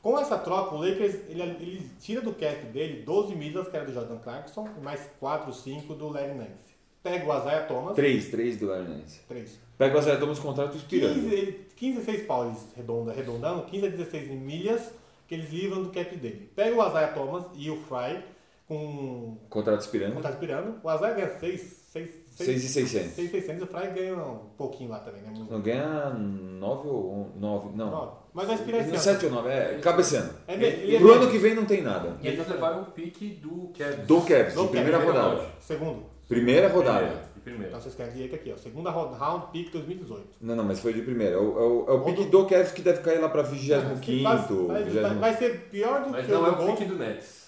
S1: Com essa troca, o Lakers ele, ele tira do cap dele 12 milhas, que era do Jordan Clarkson, e mais 4, 5 do Larry Nance pega o Azaia Thomas.
S2: 3, 3 do Larry Nance.
S1: 3.
S2: Pega o Azaia Thomas contrato expirando.
S1: 15, 15 a 6 pau eles redonda, arredondando, 15 a 16 milhas que eles livram do cap dele. Pega o Azaia Thomas e o Fry com.
S2: Contrato expirando.
S1: Contrato expirando. tá O é Azaia ganha 6. 6
S2: 6,600.
S1: 6,600 o Fry ganha um pouquinho lá também, né?
S2: Não ganha 9 ou 9, não. 9.
S1: Mas vai expirar esse ano.
S2: 7 ou 9, é, cabeceando.
S1: assim, É,
S2: ele,
S1: ele é
S2: Pro ano que vem não tem nada.
S3: E eles levaram um pique do Cavs.
S2: Do Cavs, de primeira rodada.
S1: Segundo.
S2: Primeira rodada.
S3: De primeira.
S1: Então você escreve direito aqui, ó. Segunda round, round pick 2018.
S2: Não, não, mas foi de primeira. É o, é o, é o pick do Cavs que deve cair lá pra
S1: É,
S2: 25.
S1: Vai, vai, vai, vai ser pior do
S3: mas
S1: que
S3: não
S1: o
S3: é
S1: do
S3: o pick do Nets.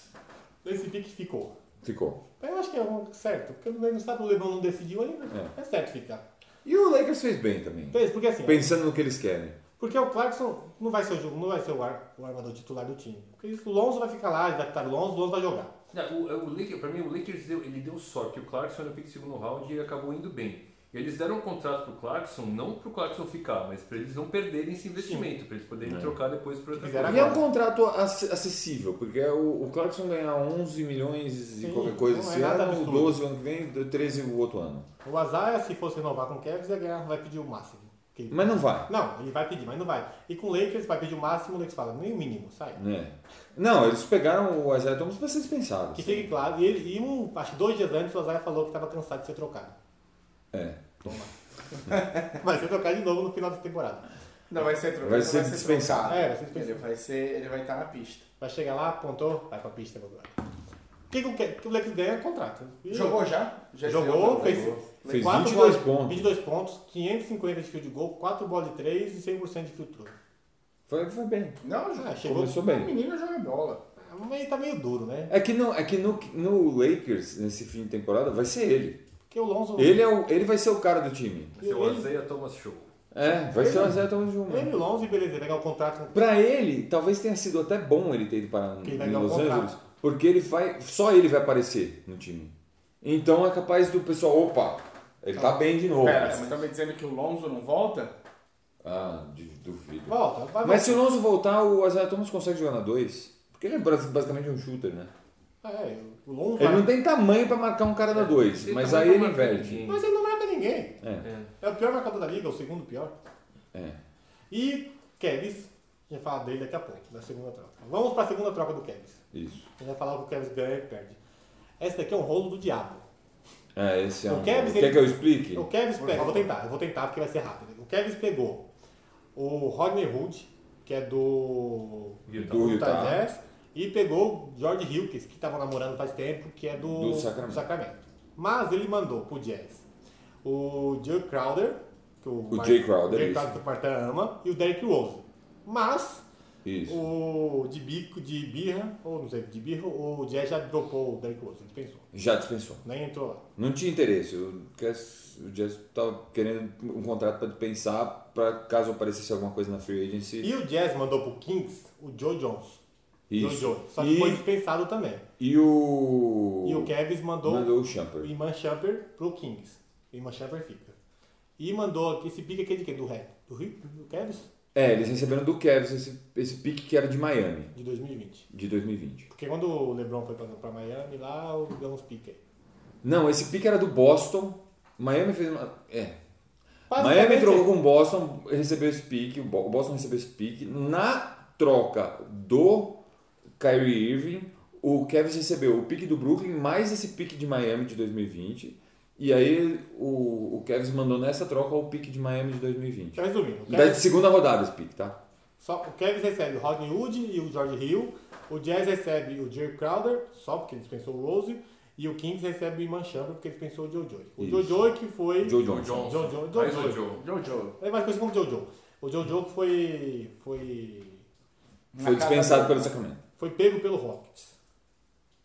S1: Esse pick ficou.
S2: Ficou.
S1: Mas eu acho que é um certo, porque ele não sabe, o Lebron não decidiu ainda. É, é certo ficar.
S2: E o Lakers fez bem também.
S1: Fez, porque assim.
S2: Pensando no que eles querem.
S1: Porque o Clarkson não vai ser o, não vai ser o, ar, o armador titular do time. Porque isso, o Lonzo vai ficar lá, ele vai estar Lonzo, o Lonzo vai jogar.
S3: Não, o, o Lakers, pra mim, o Lakers deu, ele deu sorte. O Clarkson era pick segundo round e acabou indo bem. E eles deram um contrato pro Clarkson, não pro Clarkson ficar, mas para eles não perderem esse investimento, para eles poderem é. trocar depois para outra
S2: E é um contrato acessível, porque é o, o Clarkson ganha 11 milhões e
S1: Sim,
S2: qualquer coisa
S1: não é
S2: esse
S1: nada
S2: ano,
S1: absurdo.
S2: 12 o ano que vem, 13 o outro ano.
S1: O Azaia, se fosse renovar com o Cavs, ia ganhar, vai pedir o máximo. Que ele-
S2: Mas não vai.
S1: Não, ele vai pedir, mas não vai. E com o Lakers vai pedir o máximo, o Lakers fala, nem o mínimo, sai.
S2: né? Não, eles pegaram o Isaiah Thomas para ser dispensado.
S1: Que fique claro, e, ele, e um, acho que dois dias antes o Azaia falou que estava cansado de ser trocado.
S2: É.
S1: Vai ser trocado de novo no final da temporada.
S4: Não vai ser trocado.
S2: Vai
S4: não
S2: ser dispensado.
S4: trocado.
S1: É, vai ser dispensado.
S4: Ele vai ser, ele vai estar na pista.
S1: Vai chegar lá, apontou, vai pra pista, meu brother. O que, que, o Ca- que o Lakers ganha é contrato. E-
S4: Jogou já? já
S1: Jogou, fez,
S2: Fez
S1: quatro
S2: 22
S1: bolas-
S2: pontos.
S1: 22 pontos, 550 de field goal, 4 bolas de 3 e 100% de filtro.
S2: Foi, foi bem.
S4: Não,
S1: Ah,
S4: jogou.
S1: chegou.
S2: Começou
S4: O
S2: bem.
S4: menino joga bola.
S1: Mas tá meio duro, né?
S2: É que, não, é que no, no Lakers, nesse fim de temporada, vai ser ele.
S1: Porque o Lonzo.
S2: Ele, é o, ele vai ser o cara do time.
S3: Seu Azeia Thomas Show.
S2: É, vai ser o Isaiah Thomas Jr.
S1: Ele é. e o Lonzo, beleza, pegar o contrato com
S2: Pra ele, talvez tenha sido até bom ele ter ido para
S1: Quem vai
S2: em
S1: dar o
S2: Los
S1: contrato.
S2: Angeles, porque ele vai, só ele vai aparecer no time. Então é capaz do pessoal, opa, ele tá bem de novo.
S4: Pera, você tá me dizendo que o Lonzo não volta?
S2: Ah, du- duvido.
S1: Volta, vai
S2: Mas se o Lonzo voltar, o Isaiah Thomas consegue jogar na 2. Porque ele é bas- basicamente um shooter, né?
S1: É, o Lonzo.
S2: Ele
S1: vai-
S2: não tem tamanho pra marcar um cara da 2, mas
S3: tá
S2: aí ele inverte.
S1: Mas ele não marca ninguém.
S2: É.
S1: É o pior marcador da liga, o segundo pior.
S2: É.
S1: E Kevs, a gente vai falar dele daqui a pouco, da segunda troca. Vamos pra segunda troca do Kevs.
S2: Isso.
S1: A gente vai falar o que o Kevs ganha e perde. Esse daqui é um rolo do diabo.
S2: É, esse é
S1: O
S2: um...
S1: Kevs,
S2: Quer
S1: ele-
S2: que eu explique?
S1: O Kevs pegou, eu vou tentar, eu vou tentar porque vai ser rápido. O Kevs pegou o Rodney Hood, que é do
S2: Do
S1: Utah
S2: Utah.
S1: Jazz, e pegou o George Hilkes, que estava namorando faz tempo, que é do,
S2: Do Sacramento.
S1: Mas ele mandou pro Jazz o Jay Crowder, que o,
S2: O Jay Crowder,
S1: Jay
S2: isso.
S1: Crowder que o Martin ama, e o Derrick Rose. Mas
S2: Isso.
S1: o de bico, de birra, ou não sei, de birra, o Jazz já dropou o Derrick Rose, ele pensou.
S2: Já dispensou.
S1: Nem entrou lá.
S2: Não tinha interesse. O Jazz, o Jazz tava querendo um contrato pra pensar pra caso aparecesse alguma coisa na free agency.
S1: E o Jazz mandou pro Kings o Joe Jones.
S2: Isso.
S1: Joe Jones. Só que foi
S2: E,
S1: dispensado também.
S2: e o...
S1: E o Kevs mandou,
S2: Mandou o
S1: o
S2: Shumpert.
S1: Iman Shumpert pro Kings. O Iman Shumpert fica. E mandou aqui, esse pique aqui de quem? Do Rap? Do Rio? Do Cavs?
S2: É, eles receberam do Kevs esse, esse pique que era de Miami,
S1: De 2020.
S2: de 2020.
S1: Porque quando o LeBron foi pra, pra Miami, lá o- deu uns piques aí.
S2: Não, esse pique era do Boston. Miami fez uma... É,
S1: Basicamente,
S2: Miami trocou com o Boston, recebeu esse pique, o Bo- o Boston recebeu esse pique. Na troca do Kyrie Irving, o Kevin recebeu o pique do Brooklyn mais esse pique de Miami de 2020. E aí o, o Kevin mandou nessa troca o pique de Miami de 2020.
S1: Deixa eu resumir. O
S2: Da
S1: Cavs,
S2: segunda rodada esse pique, tá?
S1: só, o Cavs recebe o Rodney Hood e o George Hill. O Jazz recebe o Jerry Crowder, só porque ele dispensou o Rose. E o Kings recebe o Iman Shumpert porque ele dispensou o Joe Joy. O
S2: Isso.
S1: Joe Joy que foi...
S2: Joe
S3: Joe
S2: Johnson.
S3: Johnson.
S1: Joe- Joe-
S3: Mais um
S1: Joe.
S3: Joe.
S4: Jojo.
S1: É mais coisa como o Jojo. O Jojo que foi. foi
S2: Foi dispensado pelo Sacramento.
S1: Foi pego pelo Rockets.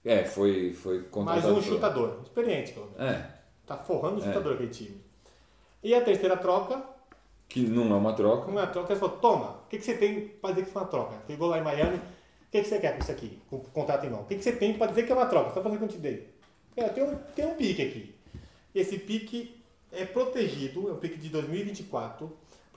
S2: É, foi, foi
S1: Mais
S2: contratado.
S1: um
S2: pelo-
S1: chutador. Experiente, pelo menos.
S2: É,
S1: Tá forrando o
S2: É.
S1: chutador aquele time. E a terceira troca,
S2: que não é uma troca.
S1: uma troca, ele falou, toma, o que, que você tem pra dizer que foi uma troca? Chegou lá em Miami, o que, que você quer com isso aqui? Com o contrato em mão. O que, que você tem pra dizer que é uma troca? Só fazer o que eu te dei. É, tem um, tem um pique aqui. Esse pique é protegido, é um pique de 2024,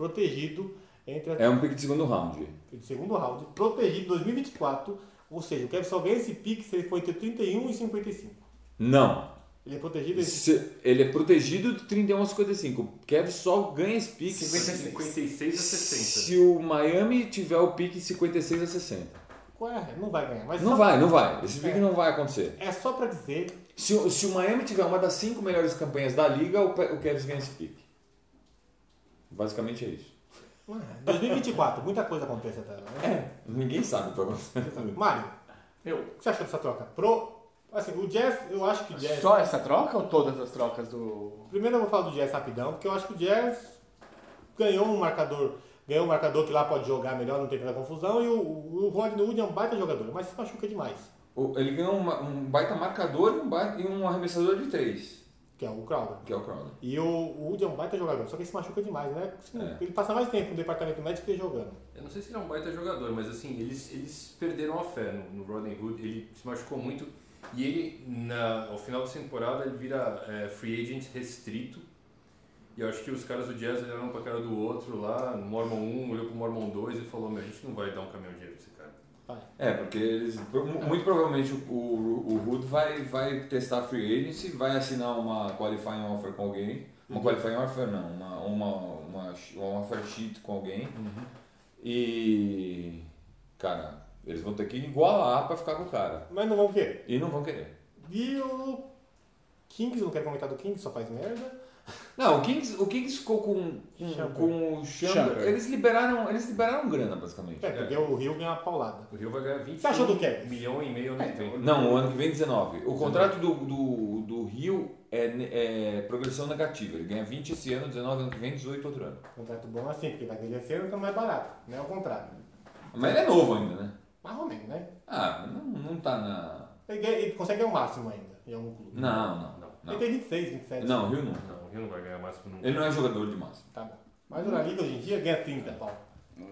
S1: protegido entre a
S2: É um pick de segundo round.
S1: de segundo round, protegido 2024, ou seja, o Kevin só ganha esse pique se ele for entre 31 e 55.
S2: Não.
S1: Ele é protegido entre
S2: Se- ele é protegido de 31 a 55. O Kev só ganha esse pique
S3: 56 a 60.
S2: se o Miami tiver o pique 56 a 60.
S1: Ué, não vai ganhar. Mas
S2: Não
S1: só-
S2: vai, não vai. Esse
S1: É.
S2: pique não vai acontecer.
S1: É só pra dizer,
S2: Se, o- se o Miami tiver uma das cinco melhores campanhas da liga, o, Pe- o Cavs ganha esse pique. Basicamente é isso.
S1: ué, 2024, muita coisa acontece até lá. Né?
S2: Ninguém sabe o que vai acontecer.
S1: Mário,
S4: Eu.
S1: o que você achou dessa troca? Pro. Assim, o Jazz, eu acho que o Jazz.
S4: Só essa troca ou todas as trocas do.
S1: Primeiro eu vou falar do Jazz rapidão, porque eu acho que o Jazz ganhou um marcador. Ganhou um marcador que lá pode jogar melhor, não tem tanta confusão. E o, o Rodney Wood é um baita jogador, mas se machuca demais.
S2: O- Ele ganhou uma- um baita marcador e um, ba- e um arremessador de três,
S1: Que é o Crowder.
S2: que é o Crowder.
S1: E o, o Wood é um baita jogador, só que ele se machuca demais, né? Assim,
S2: É.
S1: Ele passa mais tempo no departamento médico que jogando.
S3: Eu não sei se ele é um baita jogador, mas assim, eles, eles perderam a fé no, no Rodney Hood, ele se machucou muito e ele, na, ao final da temporada, ele vira é, free agent restrito. E eu acho que os caras do Jazz olharam pra cara do outro lá, no Mormon 1, olhou pro Mormon 2 e falou, meu, a gente não vai dar um caminhão de dinheiro pra esse cara.
S2: É, porque eles. pro- mu- Muito provavelmente o, o, o Hood vai, vai testar a free agency, vai assinar uma qualifying offer com alguém. Uma
S1: Uhum.
S2: qualifying offer não, uma, uma, uma, sh- uma offer sheet com alguém.
S1: Uhum.
S2: E. Cara, eles vão ter que igualar pra ficar com o cara.
S1: Mas não vão querer.
S2: E não vão querer.
S1: E o Kings, não quero comentar do Kings, só faz merda.
S2: Não, o Kings, o Kings ficou com, com,
S1: Chamber.
S2: com o Chamber.
S4: Chamber.
S2: Eles liberaram, eles liberaram grana, basicamente.
S1: É, porque o Rio ganha uma paulada.
S3: O Rio vai ganhar 20
S1: Você achou do Kevin? É,
S3: milhão e meio ano que vem.
S2: Não, o ano que vem 19. O contrato do, do, do Rio é, ne- é progressão negativa. Ele ganha 20 esse ano, 19 ano que vem, 18 outro ano.
S1: Contrato bom assim, porque vai envelhecer então é mais barato, né? Ao contrário.
S2: Mas ele é novo ainda, né?
S1: Mais ou menos, né?
S2: Ah, não, não tá na.
S1: Ele, ganha- ele consegue ganhar o máximo ainda em algum clube.
S2: Não, não, não.
S1: Ele
S2: Não,
S1: tem 26, 27.
S2: não o Rio não.
S3: Não, o Rio não vai ganhar máximo nunca.
S2: Ele não é jogador de massa.
S1: Tá bom. Mas na Liga hoje em dia ganha 30, pau.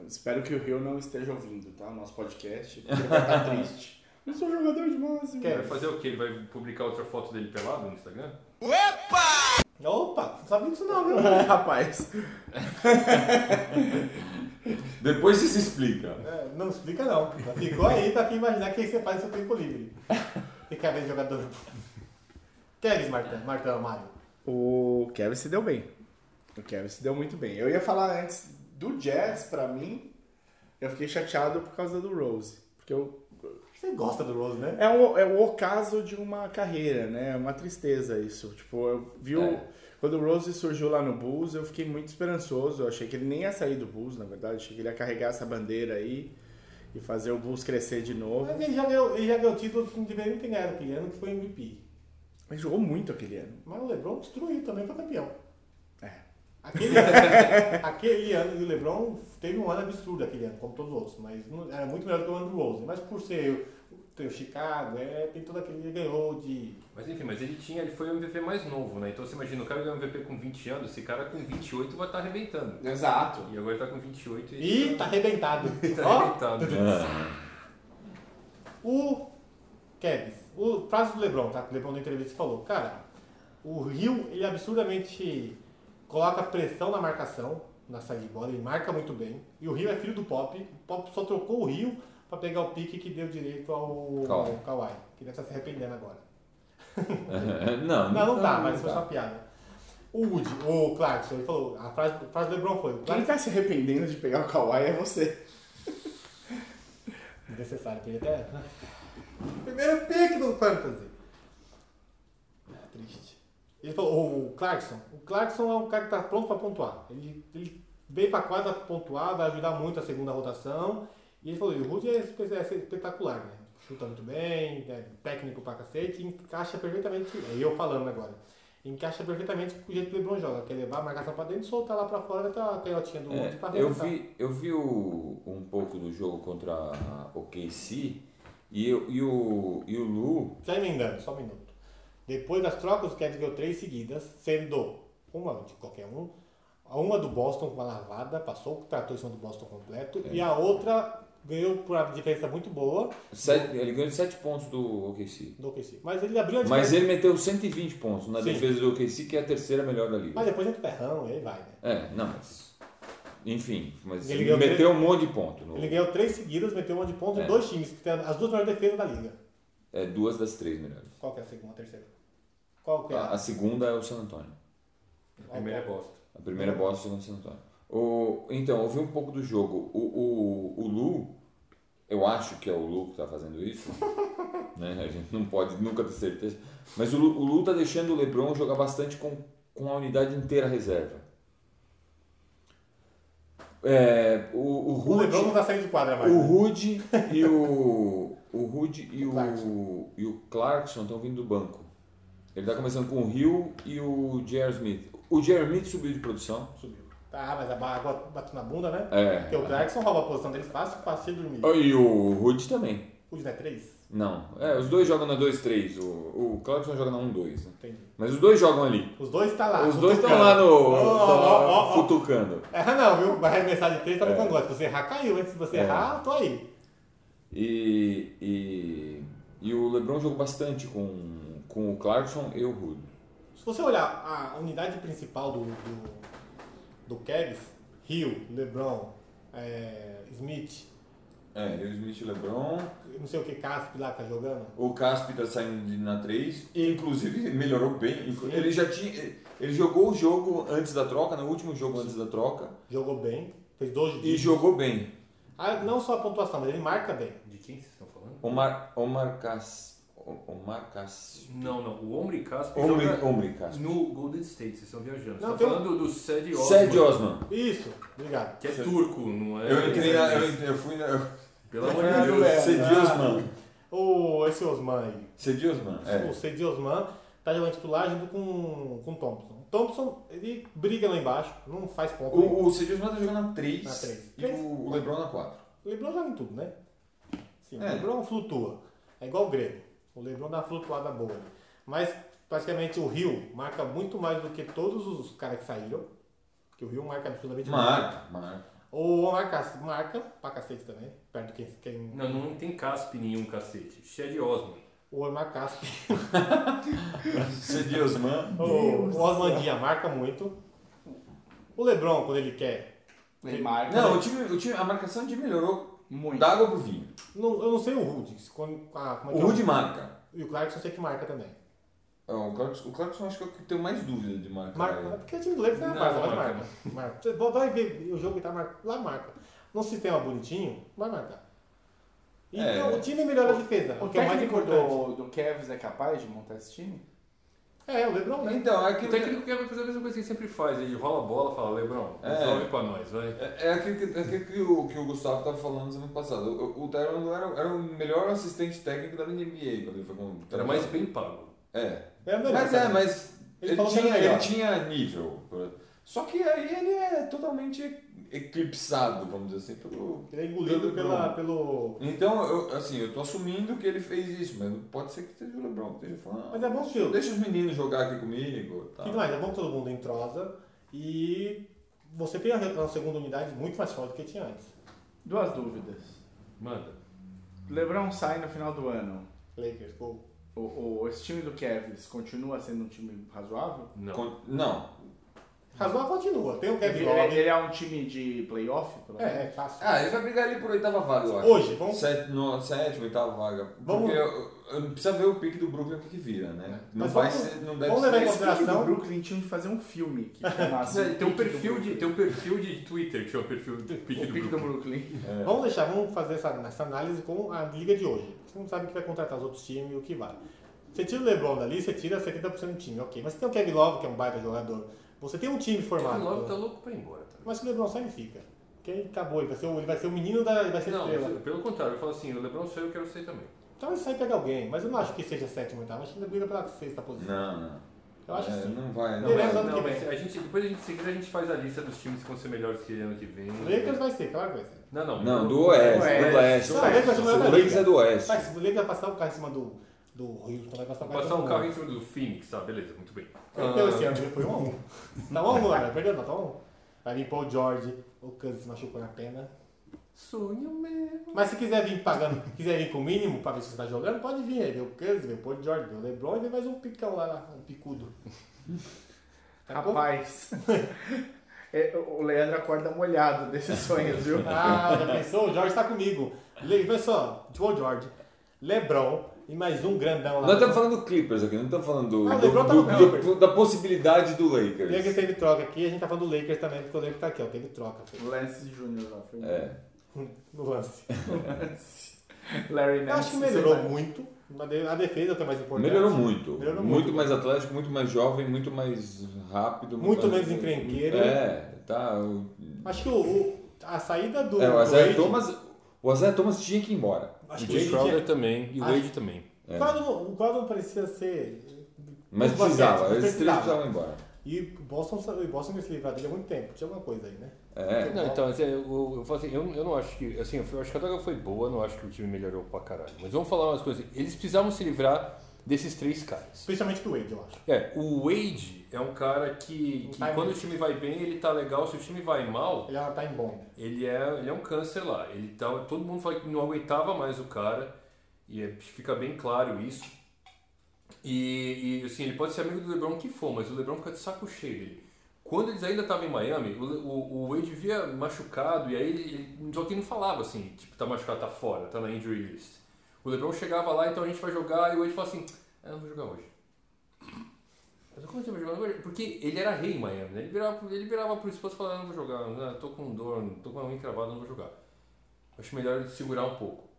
S4: Espero que o Rio não esteja ouvindo, tá? O nosso podcast. porque Ele vai estar triste. Eu sou jogador de máximo.
S3: Ele vai fazer o quê? Ele vai publicar outra foto dele pelado no Instagram?
S1: Opa, não sabia disso não, viu?
S4: É, rapaz.
S2: Depois você se explica.
S1: É, não explica não. Já Ficou aí pra quem imaginar o que você faz no seu tempo livre. Você quer ver jogador. Kevin Martão, Martão, Mário.
S4: O Kevin se deu bem. O Kevin se deu muito bem. Eu ia falar antes do Jazz, pra mim, eu fiquei chateado por causa do Rose. Porque eu,
S1: Você gosta do Rose, né?
S4: é, o, é o ocaso de uma carreira, né? É uma tristeza isso. Tipo, eu vi o-
S2: É.
S4: Quando o Rose surgiu lá no Bulls, eu fiquei muito esperançoso. Eu achei que ele nem ia sair do Bulls, na verdade. Achei que ele ia carregar essa bandeira aí e fazer o Bulls crescer de novo.
S1: Mas ele já ganhou, ele já ganhou o título que não deveria nem ter ganhado aquele ano, que foi MVP.
S4: Ele jogou muito aquele ano.
S1: Mas o LeBron destruiu também, foi campeão.
S4: É.
S1: Aquele, aquele ano, e o LeBron teve um ano absurdo aquele ano, como todos os outros, mas não- era muito melhor do que o ano do Rose. Mas por ser ter o Chicago, é, tem todo aquele ele ganhou de.
S3: Mas enfim, mas ele tinha, ele foi o MVP mais novo, né? Então você imagina, o cara ganhou MVP com 20 anos, esse cara com 28 vai estar arrebentando.
S4: Exato.
S3: E agora ele tá com 28 e.
S1: Ih, tá arrebentado.
S3: tá
S1: Ó,
S3: arrebentado.
S2: É.
S1: O Kevin, o prazo do Lebron, tá? O Lebron na entrevista falou, cara, o Rio, ele absurdamente coloca pressão na marcação, na saída de bola, ele marca muito bem. E o Rio é filho do Pop, o Pop só trocou o Rio pra pegar o pique que deu direito ao
S2: Kawhi.
S1: ao Kawhi, que deve estar se arrependendo agora.
S2: não,
S1: Não, não tá,
S2: não
S1: mas foi
S2: tá.
S1: só piada. O Woody, o Clarkson, ele falou, a frase, a frase do Lebron foi, o
S4: Quem
S1: Clarkson
S4: tá se arrependendo de pegar o Kawhi é você.
S1: Necessário, que ele até. Primeiro pick do Fantasy. É triste. Ele falou, o Clarkson. O Clarkson é um cara que tá pronto pra pontuar. Ele, ele veio pra quadra pra pontuar, vai ajudar muito a segunda rotação. E ele falou, e o Rudy é, espe- é espetacular, né? Chuta muito bem, é técnico pra cacete, encaixa perfeitamente. É eu falando agora. encaixa perfeitamente com o jeito que o LeBron joga, que é levar a marcação pra dentro, soltar lá pra fora, tá a canhotinha do
S2: É,
S1: outro pra
S2: eu
S1: arremassar.
S2: vi, eu vi o- um pouco do jogo contra a OKC e, eu- e, o, e o Lu.
S1: Já emendando, só um minuto. Depois das trocas, o Cavs ganhou três seguidas, sendo uma de qualquer um, uma do Boston com uma lavada, passou, tratou em cima do Boston completo,
S2: É.
S1: e a outra ganhou por uma diferença muito boa
S2: sete- ele ganhou de 7 pontos do OKC.
S1: do OKC. Mas ele abriu a diferença.
S2: Mas ele meteu 120 pontos na
S1: Sim.
S2: defesa do OKC, que é a terceira melhor da liga.
S1: Mas depois entra o Ferrão, e aí vai, né?
S2: É, não, mas. Enfim, mas
S1: Ele ganhou
S2: meteu
S1: três-
S2: um monte de ponto. No,
S1: Ele ganhou três seguidas, meteu um monte de pontos
S2: É.
S1: em dois times, que tem as duas melhores defesas da liga.
S2: é, duas das três melhores.
S1: Qual que é a segunda, a terceira? Qual que é?
S2: A, a segunda é o San Antonio.
S3: A primeira é bosta.
S2: A primeira é Boston, a segunda é San Antonio. O, então, eu vi um pouco do jogo. O, o, o Lu, eu acho que é o Lu que tá fazendo isso. né? A gente não pode nunca ter certeza. Mas o, Lu- o Lu tá deixando o Lebron jogar bastante com, com a unidade inteira reserva. É, o, o,
S1: O
S2: Rudy-
S1: LeBron não tá saindo de quadra mais.
S2: O
S1: né?
S2: Rude e o. O Rude e o, e o Clarkson estão vindo do banco. Ele tá começando com o Hill e o J.R. Smith. O J.R. Smith subiu de produção.
S1: Subiu. Ah, mas a água bateu na bunda, né?
S2: É. Oh,
S1: Porque o Clarkson rouba a posição dele fácil, fácil de dormir.
S2: E o Rude também.
S1: O de 3?
S2: Não. É, os dois jogam na 2-3. O, o Clarkson joga na 1-2. Né?
S1: Entendi.
S2: Mas os dois jogam ali.
S1: Os dois tá lá.
S2: Os dois estão
S1: futucando.
S2: lá no.
S1: Ó,
S2: tão lá
S1: ó, ó, ó.
S2: futucando.
S1: Erra não, viu? Vai arremessar de 3, tá no
S2: É.
S1: cangote. Se você errar, caiu, hein? Se você
S2: É.
S1: errar, tô aí.
S2: E, e, e o LeBron jogou bastante com, com o Clarkson e o Rude.
S1: Se você olhar a unidade principal do, do, do Cavs, Hill, LeBron, é, Smith,
S2: É, e o Smith e o LeBron.
S1: não sei o que, Casp lá que tá jogando.
S2: O Caspi tá saindo de- na 3 e inclusive melhorou bem. Inclu- Ele já tinha. eh, Ele jogou o jogo antes da troca, no último jogo antes da troca.
S1: Jogou bem, fez dois
S2: E
S1: dias.
S2: jogou bem.
S1: Ah, não só a pontuação, mas ele marca bem.
S3: De quem vocês estão falando?
S2: Omar. Omar Cas. Omar Cas.
S3: Não, não. O Omri Casper
S2: Omri-
S3: joga
S2: Omri Casper.
S3: no Golden State. Vocês estão viajando. Vocês
S1: Não,
S3: estão
S1: tem-
S3: falando do Sed Osman.
S2: Sed Osman.
S1: Isso, obrigado.
S3: Que é turco, não é?
S2: Eu entrei na. Eu, entrei- eu fui na. eu-
S3: Pelo amor
S2: Fernando
S3: de Deus.
S2: Lero. Sed Osman.
S1: O, esse Osman aí.
S2: Sed Osman, é.
S1: O Cedi Osman tá jogando titular junto com, com o Thompson. O Thompson, ele briga lá embaixo, não faz ponto. nenhum.
S2: O, o Sed Osman tá jogando na 3.
S1: Na três.
S2: E o, o LeBron na 4.
S1: O Lebron joga em tudo, né? Sim,
S2: É.
S1: o Lebron flutua. É igual o Grego. O Lebron dá uma flutuada boa. né? Mas praticamente o Rio marca muito mais do que todos os caras que saíram. Que o Rio marca absolutamente
S2: Marca, marca.
S1: O Omar Cas- marca pra cacete também. Perto de quem. quem-
S3: Não, não tem Casp nenhum, cacete. Shed Osman.
S1: O Omar Casp.
S2: Sed Osman.
S1: o o Osmandinha marca muito. O Lebron, quando ele quer.
S4: Ele marca.
S2: Não, o time, o time, a marcação do time melhorou.
S4: né? Muito.
S2: Da água pro vinho.
S1: não- eu não sei o Rudy. se quando- ah, como é
S2: O
S1: que é
S2: Rude marca.
S1: E o Clarkson eu sei que marca também.
S2: É, O Clarkson, o Clarkson acho que é o que tem mais dúvida de marca.
S1: Marca, porque o time do Lakers é uma
S3: Não,
S1: marca, vai
S3: não marca,
S1: marca. marca. Você vai ver o jogo que tá marca, lá marca. Num sistema bonitinho, vai marcar. E
S2: É.
S1: então, o time melhora a defesa, o,
S4: O
S1: que é mais
S4: técnico
S1: importante.
S4: do, do Cavs é capaz de montar esse time?
S1: É, o LeBron, né?
S2: Então, é
S3: O
S2: aquilo, que,
S3: técnico quer fazer a mesma coisa que ele sempre faz. Ele rola a bola, fala, Lebrão,
S2: É.
S3: resolve pra nós, vai.
S2: é é aquilo, que, é aquilo que, o, que o Gustavo estava falando semana passada. O, o Tyron era, era o melhor assistente técnico da NBA quando ele foi com
S3: Era mais bem pago.
S2: É.
S1: É melhor,
S2: Mas é,
S1: cara.
S2: mas
S1: Ele
S2: ele,
S1: falou que
S2: tinha,
S1: era melhor.
S2: ele tinha nível. Só que aí ele é totalmente eclipsado, vamos dizer assim, pelo.
S1: Ele é engolido
S2: pelo
S1: pela,
S2: LeBron.
S1: pelo...
S2: Então, eu, assim, eu tô assumindo que ele fez isso, mas pode ser que esteja o LeBron que esteja falando. "Ah,
S1: Mas é bom estilo.
S2: Deixa os meninos jogar aqui comigo.
S1: O
S2: Tá.
S1: que mais? É bom que todo mundo entrosa e você tem a, a segunda unidade muito mais forte do que tinha antes.
S4: Duas dúvidas.
S3: Manda.
S4: LeBron sai no final do ano.
S1: Lakers, gol.
S4: O, o- esse time do Cavs continua sendo um time razoável?
S3: Não.
S2: Con- Não,
S1: Razão continua, tem o Kevin
S4: Ele,
S1: Love.
S4: ele é um time de playoff, pelo
S1: É,
S4: menos?
S1: é fácil.
S2: Ah, é ele vai brigar ali por oitava vaga, eu acho.
S1: Hoje, vamos-
S2: Sete, no, sétima, oitava vaga.
S1: Vamos-
S2: Porque eu, eu- precisa ver o pique do Brooklyn o que, que vira, né?
S3: É.
S2: Não
S1: Mas
S2: vai
S1: vamos-
S2: ser. Não deve
S1: vamos
S4: é
S1: levar em
S2: ser. assim.
S1: consideração-
S4: O time do Brooklyn tinha que fazer um filme que chamasse o
S3: Tem um,
S4: Pique do
S3: perfil de,
S4: Brooklyn.
S3: tem um perfil de Twitter que chama perfil do Pique
S4: O
S3: do
S4: Pique do
S3: Brooklyn.
S4: Brooklyn.
S1: Vamos deixar, vamos fazer essa, essa análise com a liga de hoje. Você não sabe o que vai contratar os outros times e o que vale. Você tira o LeBron dali, você tira 70% do time, ok. Mas você tem o Kevin Love, que é um baita jogador. Você tem um time
S3: O
S1: formado.
S3: Love tá louco pra ir embora. Tá?
S1: Mas se o LeBron sai, ele fica. Porque ele acabou, ele vai ser o, ele vai ser o menino da. Ele vai ser
S3: Não,
S1: estrela.
S3: mas, pelo contrário, eu falo assim, o Lebron saiu, eu quero sair também.
S1: Então ele sai e pega alguém. Mas eu não acho que seja sétimo oitavo. Acho que ele briga pela sexta posição.
S2: Não, é, não.
S1: Eu acho que sim.
S2: Não vai, não.
S1: Beleza,
S2: vai.
S1: ano que
S3: Não,
S1: vem.
S3: mas a gente, depois a gente, em seguida, a gente faz a lista dos times que vão ser melhores que ele ano que vem.
S1: Lakers vai ser, claro que vai ser.
S3: Não, não.
S2: Não, do Oeste, do Oeste.
S1: Não, Tá Lakers vai ser o melhor da
S2: O Lakers
S1: liga.
S2: é do Oeste.
S1: Vai, se o Lakers passar o carro em cima do, do Houston, vai passar o
S3: Vou
S1: carro em
S3: Passar
S1: cima
S3: um
S1: do
S3: carro em cima do Phoenix, tá? Beleza, muito bem.
S1: Perdeu esse
S3: Ah,
S1: ano, foi 1x1. Tá 1x1 agora, perdeu, não, tá 1 Vai vir Paul George, o Kansas machucou na pena.
S3: Sonho mesmo.
S1: Mas se quiser vir pagando, quiser vir com o mínimo pra ver se você tá jogando, pode vir. Aí vê o Kansas, vê o Paul George, vê o LeBron e vê mais um picão lá, um picudo. Tá bom?
S4: Rapaz. É, o Leandro acorda molhado desses sonhos, viu?
S1: Ah, já pensou? O George tá comigo. Le- Vê só, Paul George, LeBron e mais um grandão lá.
S2: Nós estamos falando do Clippers aqui, não estamos falando do,
S1: Ah, o
S2: do-
S1: LeBron tá
S2: do-
S1: no
S2: do-
S1: Clippers.
S2: do- da possibilidade do Lakers.
S1: Lakers teve troca aqui, a gente tá falando do Lakers também, porque o Lakers tá aqui, ó. Teve troca.
S4: O Lance Jr. lá foi.
S2: É.
S1: No lance.
S4: Larry Nance.
S1: Eu acho que melhorou muito. mas A defesa foi mais importante.
S2: Melhorou muito.
S1: Melhorou
S2: muito.
S1: muito.
S2: mais atlético, muito mais jovem, muito mais rápido.
S1: Muito
S2: mais-
S1: menos encrenqueiro.
S2: É, tá. o-
S1: Acho que o, o- a saída do.
S2: É, o
S1: do
S2: Isaiah
S1: Wade-
S2: Thomas. O Isaiah Thomas tinha que ir embora.
S1: Acho
S3: O
S1: que o
S3: Jay
S1: Wade
S3: Crowder
S1: tinha-
S3: também. E o
S1: Acho-
S3: Wade também.
S1: o Crowder não- o Crowder não parecia ser.
S2: é. Mas
S1: um
S2: precisava,
S1: basquete,
S2: esses três precisavam ir embora.
S1: E o Boston, o Boston se livrar dele há muito tempo. Tinha alguma coisa aí, né?
S2: É.
S3: Não, então, assim, eu, eu, eu falo assim, eu, eu não acho que. Assim, eu acho que a droga foi boa, não acho que o time melhorou pra caralho. Mas vamos falar umas coisas. Eles precisavam se livrar desses três caras.
S1: Principalmente do Wade, eu acho.
S3: É, o Wade é um cara que, que
S1: time-
S3: quando o time vai bem, ele tá legal. Se o time vai mal,
S1: Ele é uma time bomb.
S3: ele é, ele é um câncer lá. Ele tá, todo mundo fala que não aguentava mais o cara. E é- fica bem claro isso. E, e, assim, ele pode ser amigo do Lebron que for, mas o Lebron fica de saco cheio dele. Quando eles ainda estavam em Miami, o, Le- o, o Wade via machucado, e aí ele, ele- só que ele não falava assim, tipo, tá machucado, tá fora, tá na injury list. O Lebron chegava lá, então a gente vai jogar, e o Wade falava assim, ah, não vou jogar hoje. Mas como você vai jogar hoje? Porque ele era rei em Miami, né? Ele virava, ele virava pro esposo e falava, ah, não vou jogar, não, tô com dor, tô com a unha cravada, não vou jogar. Acho melhor ele segurar um pouco.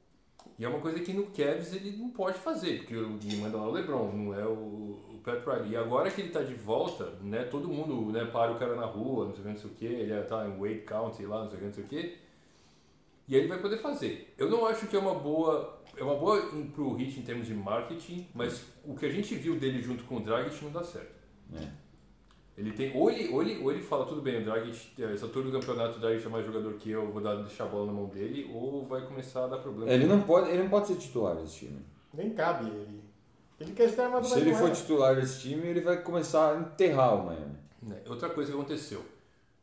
S3: E é uma coisa que no Cavs ele não pode fazer, porque o que manda lá é o LeBron, não é o, o Pat Riley. E agora que ele tá de volta, né, todo mundo né, para o cara na rua, não sei o que, não sei o que, ele tá em Wade County lá, não sei o que, não sei o que. E aí ele vai poder fazer. Eu não acho que é uma boa... É uma boa em- pro Hit em termos de marketing, mas o que a gente viu dele junto com o Dragic não dá certo. Ele tem, ou ele, ou ele, ou ele fala, tudo bem, o Dragic, eh, essa altura do campeonato, o Dragic é mais jogador que eu, vou dar, deixar a bola na mão dele, ou vai começar a dar problema.
S2: Ele não pode, ele não pode ser titular desse time.
S1: Nem cabe ele. Ele quer ser armador
S2: Se
S1: mas
S2: ele
S1: não
S2: for
S1: é.
S2: titular desse time, ele vai começar a enterrar o Miami.
S3: Né? Outra coisa que aconteceu.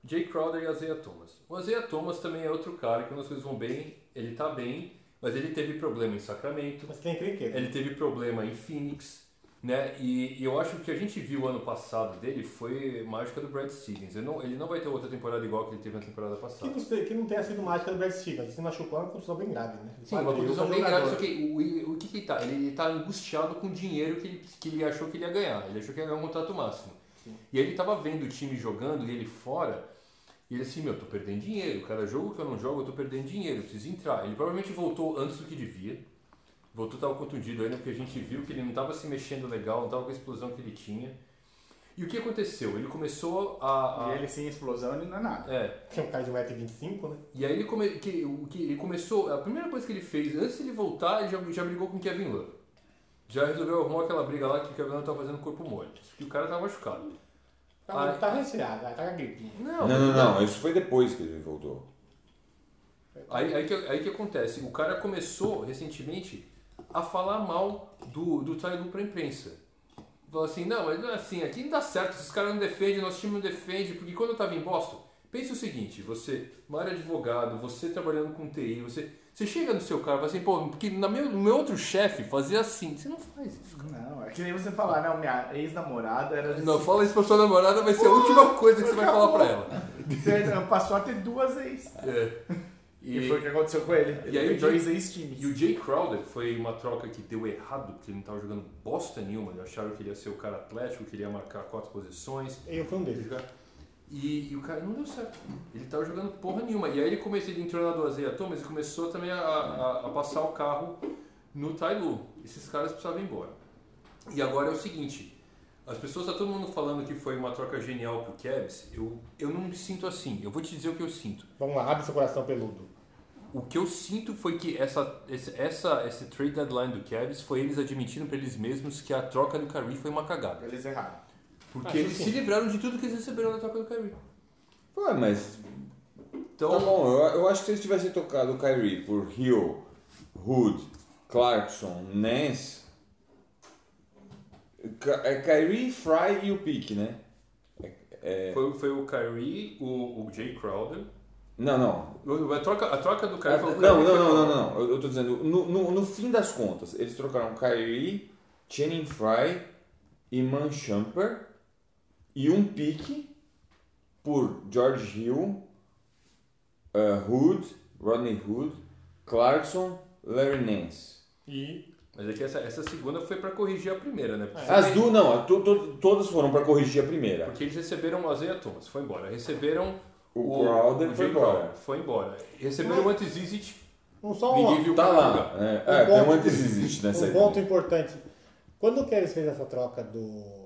S3: Jay Crowder e Isaiah Thomas. O Isaiah Thomas também é outro cara que quando as coisas vão bem, ele tá bem, mas ele teve problema em Sacramento,
S1: Mas tem encrenqueiro.
S3: ele teve problema em Phoenix, né? E, e eu acho que o que a gente viu ano passado dele foi mágica do Brad Stevens. Ele não, ele não vai ter outra temporada igual que ele teve na temporada
S1: Que
S3: passada.
S1: não, sei- que não tenha sido mágica do Brad Stevens. Ele se machucou é uma condição bem grave, né? Ele
S3: Sim,
S1: parou,
S3: uma contusão
S1: ele
S3: bem
S1: foi
S3: grave, só
S1: jogador.
S3: que o, o que que ele tá? Ele tá angustiado com o dinheiro que ele, que ele achou que ele ia ganhar. Ele achou que ia ganhar um contrato máximo. E aí ele tava vendo o time jogando e ele fora. E ele assim, meu, tô perdendo dinheiro. Cada jogo que eu não jogo, eu tô perdendo dinheiro. eu Preciso entrar. Ele provavelmente voltou antes do que devia. Voltou, tava contundido ainda, porque a gente viu que ele não tava se mexendo legal, não tava com a explosão que ele tinha. E o que aconteceu? Ele começou a... a-
S4: E ele sem explosão, ele não é nada.
S3: É,
S1: Tinha um cara de 1,25m, né?
S3: e aí ele, come, que, o que ele começou, a primeira coisa que ele fez, antes de ele voltar, ele já, já brigou com o Kevin Love. Já resolveu arrumar aquela briga lá que o Kevin Love tava fazendo corpo mole. Porque o cara tava machucado.
S1: Tá,
S2: é.
S3: Ah.
S1: tá resfriado, tá com a gripinha.
S3: Não,
S2: Não, não, não. Isso foi depois que ele voltou.
S3: Aí, aí, que, aí que acontece, o cara começou recentemente a falar mal do, do Tailu pra imprensa. Falou assim, não, mas não é assim, aqui não dá certo, esses caras não defendem, nosso time não defende, porque quando eu tava em Boston, pense o seguinte, você, Mário advogado, você trabalhando com TI, você, você chega no seu cara e fala assim, pô, porque na meu, no meu outro chefe fazia assim, você não faz isso. cara.
S4: Não, é que nem você falar, não, minha ex-namorada era...
S3: Não, fala isso pra sua namorada, vai ser a última coisa que você vai falar pra ela.
S4: Você passou a ter duas ex.
S3: É.
S4: E, foi o que aconteceu com ele.
S3: E aí
S4: Ele
S3: o
S4: dois
S3: Jay-
S4: ex-times.
S3: E o Jay Crowder foi uma troca que deu errado, porque ele não estava jogando bosta nenhuma. Eles acharam que ele ia ser o cara atlético, que ele ia marcar quatro posições.
S1: Eu fui um deles.
S2: Uhum.
S3: E, e o cara não deu certo. Ele tava jogando porra nenhuma. E aí ele começou, ele entrou na do Azeia Thomas e começou também a, a- a passar o carro no Tailu. Esses caras precisavam ir embora. E agora é o seguinte, as pessoas tá todo mundo falando que foi uma troca genial pro Cavs. Eu, eu não me sinto assim. Eu vou te dizer o que eu sinto.
S1: Vamos lá, abre seu coração peludo.
S3: O que eu sinto foi que essa, esse, essa, esse trade deadline do Cavs foi eles admitindo pra eles mesmos que a troca do Curry foi uma cagada.
S4: Eles erraram.
S3: Porque eles se livraram de tudo que eles receberam na troca do Kyrie.
S2: Ué, mas. Então, tá bom, eu, eu acho que se eles tivessem tocado o Kyrie por Hill, Hood, Clarkson, Nance. Ca- É Kyrie, Fry e o Pique, né? É- é-
S3: Foi, foi o Kyrie, o, o Jay Crowder.
S2: Não, não.
S3: O- A troca, a troca do Kyrie foi
S2: Ah,
S3: o
S2: Não,
S3: Kyrie
S2: não,
S3: foi-
S2: não, não, não, não. Eu, eu tô dizendo, no, no, no fim das contas, eles trocaram Kyrie, Channing Fry, Iman Shumper e um pique por George Hill, eh, Hood, Rodney Hood, Clarkson, Larry Nance.
S1: E
S3: Mas é que essa, essa segunda foi pra corrigir a primeira, né? Porque
S2: As
S3: eles-
S2: duas, não, to- to- todas foram pra corrigir a primeira.
S3: Porque eles receberam o Isaiah Thomas, foi embora. Receberam
S2: O Crowder
S3: o
S2: foi
S3: Jay
S2: embora.
S3: Crowder, Foi embora. Receberam o Antes Zizic.
S1: Não só um,
S3: Ninguém viu o
S2: Tá
S3: cara
S2: lá.
S3: jogar.
S2: né?
S1: Um
S2: É, tem um
S1: ponto-
S2: antes existe nessa
S1: um
S2: aí.
S1: ponto
S2: também.
S1: importante. Quando o Keres fez essa troca do.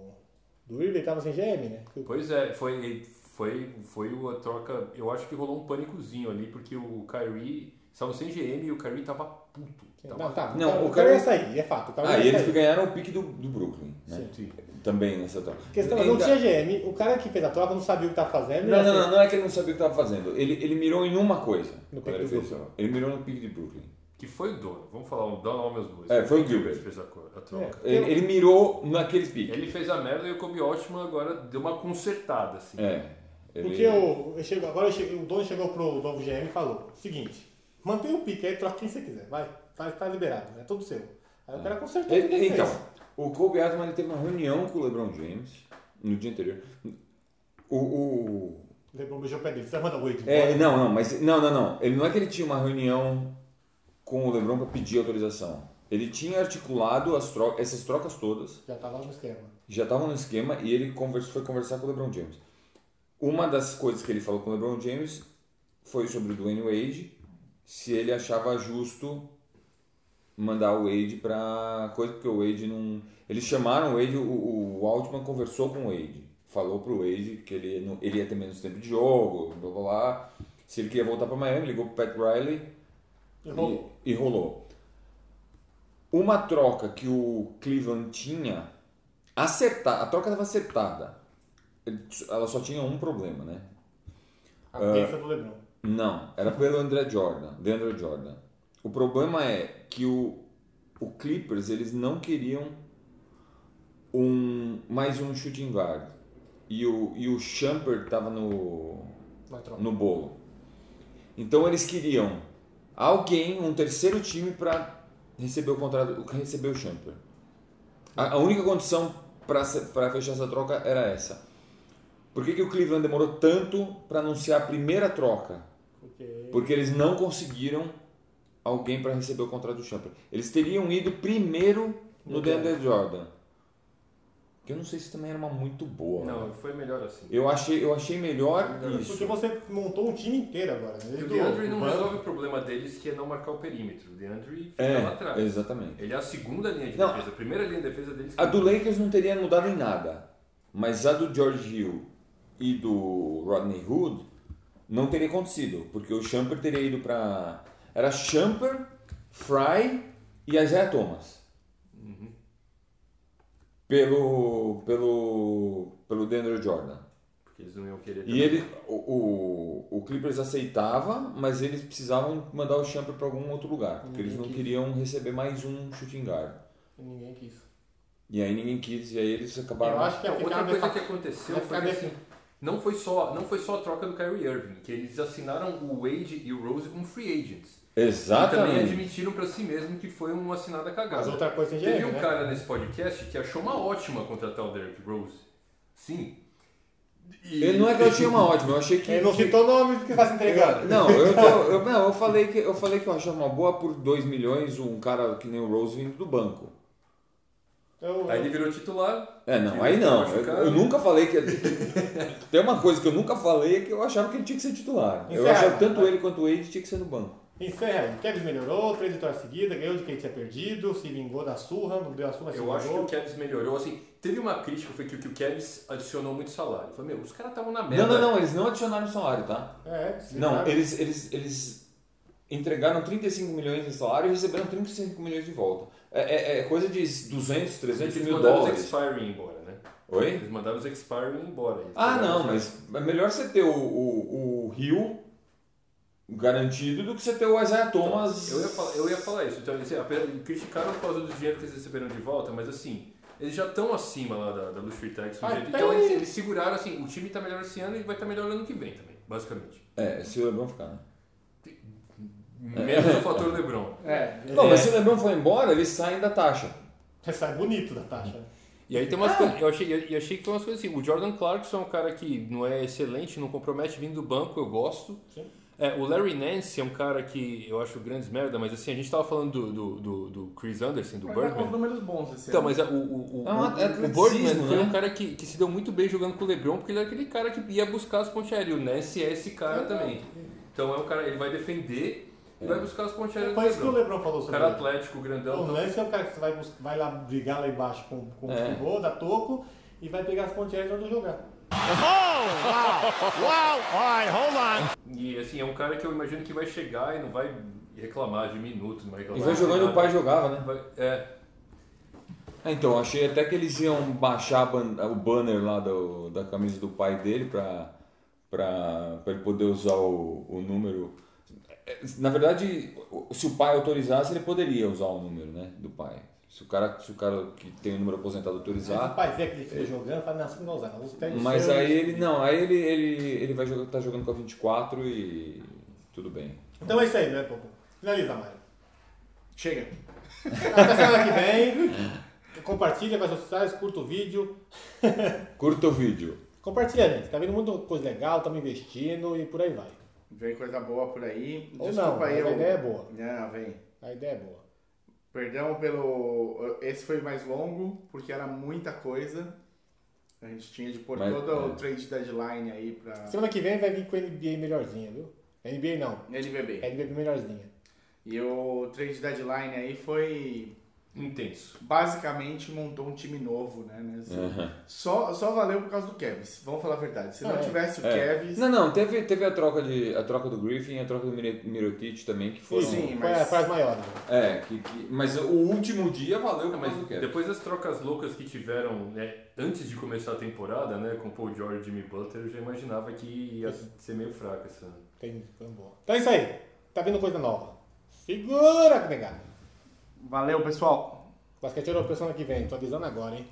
S1: Do Irving, ele tava sem GM, né? Que o-
S3: Pois é, foi, foi, foi uma troca. Eu acho que rolou um pânicozinho ali, porque o Kyrie estava sem GM e o Kyrie tava puto. Tava...
S1: Não, tá.
S2: Não,
S1: o,
S2: o
S1: cara
S2: cara-
S1: ia sair, é fato. O cara
S2: Ah,
S1: ia
S2: e eles
S1: sair.
S2: ganharam o pique do, do Brooklyn, né?
S1: Sim.
S3: Sim.
S2: Também nessa troca.
S1: A questão é, não
S2: Ainda-
S1: tinha GM, o cara que fez a troca não sabia o que tá fazendo.
S2: Não,
S1: e
S2: não,
S1: assim,
S2: não, não é que ele não sabia o que estava fazendo. Ele, ele mirou em uma coisa.
S1: No
S2: quando
S1: pique
S2: ele,
S1: do
S2: fez, ó. ele mirou no pique de Brooklyn.
S3: Que foi o dono. Vamos falar, um- dar o nome aos dois.
S2: É, foi o
S3: Ele
S2: Gilbert.
S3: fez a, co- a troca.
S1: É.
S2: Ele, ele mirou naquele pique.
S3: Ele fez a merda e o Kobe Altman agora deu uma consertada, assim.
S2: É. Ele,
S1: Porque o, eu chego, agora eu chego- o dono chegou pro novo GM e falou: seguinte, mantém o pique aí, troca quem você quiser, vai, tá, tá liberado, é todo seu. Aí o cara consertou
S2: Ele-
S1: tudo que ele
S2: então,
S1: fez.
S2: o Kobe Altman ele teve uma reunião com o LeBron James no dia anterior. O- o,
S1: Lembrou, beijou o pé dele, você manda o Wade.
S2: É,
S1: embora.
S2: não, não, mas não, não, não. Ele não é que ele tinha uma reunião com o LeBron para pedir autorização. Ele tinha articulado as tro- essas trocas todas,
S1: Já tava no esquema.
S2: já estavam no esquema e ele convers- foi conversar com o LeBron James. Uma das coisas que ele falou com o LeBron James foi sobre o Dwayne Wade, se ele achava justo mandar o Wade para coisa porque o Wade não, eles chamaram o Wade, o, o Altman conversou com o Wade, falou pro Wade que ele não- ele ia ter menos tempo de jogo, blá blá blá. Se ele queria voltar para Miami, ligou pro Pat Riley
S1: E rolou.
S2: e, e rolou. Uma troca que o Cleveland tinha acertada, a troca estava acertada. Ele- Ela só tinha um problema, né?
S1: A
S2: Ah.
S1: peça do Lebron.
S2: Não, era pelo André Jordan, DeAndre Jordan. O problema é que o, o Clippers eles não queriam um mais um shooting guard e o e o Shumpert tava no
S1: Vai troca.
S2: no bolo. Então eles queriam alguém, um terceiro time para receber o contrato, receber o Shumpert. A, a única condição para fechar essa troca era essa. Por que, que o Cleveland demorou tanto para anunciar a primeira troca?
S1: Porque
S2: Porque eles não conseguiram alguém para receber o contrato do Champion. Eles teriam ido primeiro no DeAndre Jordan. Que eu não sei se também era uma muito boa. né?
S3: Não, foi melhor assim.
S2: Eu achei, eu achei melhor
S1: porque
S2: isso.
S1: você montou um time inteiro agora. Né?
S3: E
S1: Desde
S3: o DeAndre não
S1: banco.
S3: resolve o problema deles, que é não marcar o perímetro. O DeAndre fica lá
S2: É,
S3: atrás.
S2: exatamente.
S3: Ele é a segunda linha de
S2: Não,
S3: defesa. A primeira linha de defesa deles.
S2: A do Lakers não teria mudado em nada. Mas a do George Hill e do Rodney Hood não teria acontecido. Porque o Champer teria ido para... Era Champer, Fry e Isaiah Thomas.
S1: Uhum.
S2: Pelo, pelo, pelo Deandre Jordan.
S3: Porque eles não iam querer.
S2: E ele, o, o, o Clippers aceitava, mas eles precisavam mandar o Champer para algum outro lugar. Porque eles não queriam receber mais um shooting guard.
S1: E Ninguém quis.
S2: E aí ninguém quis, e aí eles acabaram...
S1: Eu acho que
S3: Ah, Não,
S1: ia ficar
S3: outra coisa
S1: nessa-
S3: que aconteceu
S1: vai
S3: foi que
S1: ficar
S3: assim, não foi, só, não foi só a troca do Kyrie Irving, que eles assinaram o Wade e o Rose como free agents. E também
S2: Exatamente.
S3: admitiram pra si mesmo que foi uma assinada cagada.
S1: Mas outra coisa tem
S3: Teve
S1: GM,
S3: um
S1: né?
S3: cara nesse podcast que achou uma ótima contratar o Derrick Rose. Sim. E-
S2: Eu não é que eu achei uma ótima, eu achei que.
S3: É,
S1: Ele não citou nome porque tá se entregando.
S2: Não, eu, tô- eu- não, eu falei que eu falei que eu achava uma boa por 2 milhões um cara que nem o Rose vindo do banco.
S1: Eu-
S3: Aí ele virou titular.
S2: É,
S3: que
S2: não, aí
S3: ficou
S2: não. Eu,
S3: tá machucado. né?
S2: eu nunca falei que. Tem uma coisa que eu nunca falei é que eu achava que ele tinha que ser titular. Eu
S1: Encerra.
S3: é,
S2: achava que tanto ele quanto o Wade tinha que ser no banco.
S1: Encerra aí. Kevin melhorou, três vitórias seguidas, ganhou de quem tinha perdido, se vingou da surra, não deu a surra, se
S3: Eu acho que o
S1: vingou.
S3: Kevs melhorou. Assim, teve uma crítica foi que, que o Kevs adicionou muito salário. Foi meu, os caras estavam na merda.
S2: Não, não, não, eles não adicionaram salário, tá?
S1: É, se
S2: Não,
S1: livraram.
S2: eles, eles, eles entregaram 35 milhões de salário e receberam 35 milhões de volta. É, é- é coisa de 200, 300
S3: Eles
S2: mil
S3: mandaram os
S2: dólares.
S3: expiring embora, né?
S2: Oi?
S3: Eles mandaram os expiring embora. Eles
S2: Ah,
S3: pegaram
S2: não,
S3: os-
S2: mas é melhor você ter o, o, o Rio garantido do que você ter o Isaiah Thomas.
S3: Então, Eu ia, falar, eu ia falar isso. Então, eles ape- criticaram por causa do dinheiro que eles receberam de volta, mas assim, eles já estão acima lá da, da Luxury Tax. do
S1: Ah,
S3: jeito.
S1: tá
S3: Então,
S1: aí.
S3: eles, eles seguraram assim: o time tá melhor esse ano e vai estar melhor ano que vem também, basicamente.
S2: É, se o Lebron ficar, né?
S3: Menos o fator LeBron.
S4: É.
S2: Não, mas se o Lebron for embora, eles saem da taxa.
S1: Sai bonito da taxa. né?
S3: E aí tem umas coisas. Eu achei, eu- eu achei que tem umas coisas assim. O Jordan Clarkson é um cara que não é excelente, não compromete vindo do banco, eu gosto.
S1: Sim.
S3: É, o Larry Nance é um cara que eu acho grandes merda, mas assim, a gente tava falando do, do, do, do Chris Anderson, do
S4: Mas tá com
S3: Birdman.
S4: uns números bons esse
S3: Então,
S4: ano.
S3: mas a- o, o, o,
S2: É um
S3: o-
S2: atleticismo,
S3: o Birdman foi
S2: né?
S3: um cara que, que se deu muito bem jogando com o Lebron, porque ele era aquele cara que ia buscar as pontes aéreas. O Ness é esse cara também. Então é um cara, ele vai defender e
S2: É.
S3: vai buscar as pontes aéreas do
S1: Foi isso que o
S3: Lebron.
S1: LeBron falou
S3: Um
S1: sobre
S3: cara
S2: né?
S1: ele.
S3: atlético, grandão.
S1: O
S3: então-
S1: lance é o cara que você vai, bus- vai lá brigar lá embaixo com, com
S2: É.
S1: o pivô, dá toco e vai pegar as pontias onde jogar.
S3: E assim, é um cara que eu imagino que vai chegar e não vai reclamar de minutos, não vai
S2: E
S3: reclamar.
S2: vai
S3: de
S2: jogar onde
S3: nada.
S2: o pai jogava, né?
S3: Vai- É,
S2: Ah, então, achei até que eles iam baixar a ban- o banner lá do- da camisa do pai dele pra, pra, pra ele poder usar o, o número. É, Na verdade, o- se o pai autorizasse, ele poderia usar o número né, do pai. Se o, cara, se o cara que tem o número aposentado
S1: Mas
S2: autorizar.
S1: o pai vê aquele filho jogando fala, não, você não vai usar, não usa até
S2: Mas aí ele. Não, aí ele, ele, ele vai jogar, tá jogando com a 24 e. Tudo bem.
S1: Então é isso aí, né, Popo? Finaliza, Mário.
S4: Chega.
S1: Até semana que vem. Compartilha com as redes sociais, curta o vídeo.
S2: Curta o vídeo.
S1: Compartilha, gente. Tá vendo muita coisa legal, estamos investindo e por aí vai.
S4: Vem coisa boa por aí.
S1: Ou
S4: Desculpa
S1: não,
S4: aí,
S1: mas a
S4: eu-
S1: ideia é boa.
S4: Não, vem.
S1: A ideia é boa.
S4: Perdão pelo. Esse foi mais longo, porque era muita coisa. A gente tinha de pôr
S2: Mas-
S4: todo
S2: é.
S4: o trade deadline aí pra
S1: Semana que vem vai vir com NBA melhorzinha, viu? NBA não,
S4: NBB.
S1: NBA melhorzinha.
S4: E o trade deadline aí foi.
S3: intenso.
S4: Basicamente montou um time novo, né? Nesse- Só, só valeu por causa do Kevs, vamos falar a verdade. Se não
S1: É.
S4: tivesse o
S2: É.
S4: Kevs.
S2: Não, não, teve, teve a troca de a troca do Griffin e a troca do Mir- Mirotic também, que foram.
S4: Sim,
S1: Qual é a
S4: mas-
S1: frase maior? né?
S2: É, que, que- mas o último dia valeu
S3: Não,
S2: mais
S3: mas
S2: do que.
S3: depois das trocas loucas que tiveram né, antes de começar a temporada, né, com Paul George e Jimmy Butler, eu já imaginava que ia ser meio fraco essa.
S1: Tem, foi boa. Então é isso aí. Tá vindo coisa nova. Segura, negado.
S4: Valeu, pessoal!
S1: Basquete Europeu semana que vem. Tô avisando agora, hein?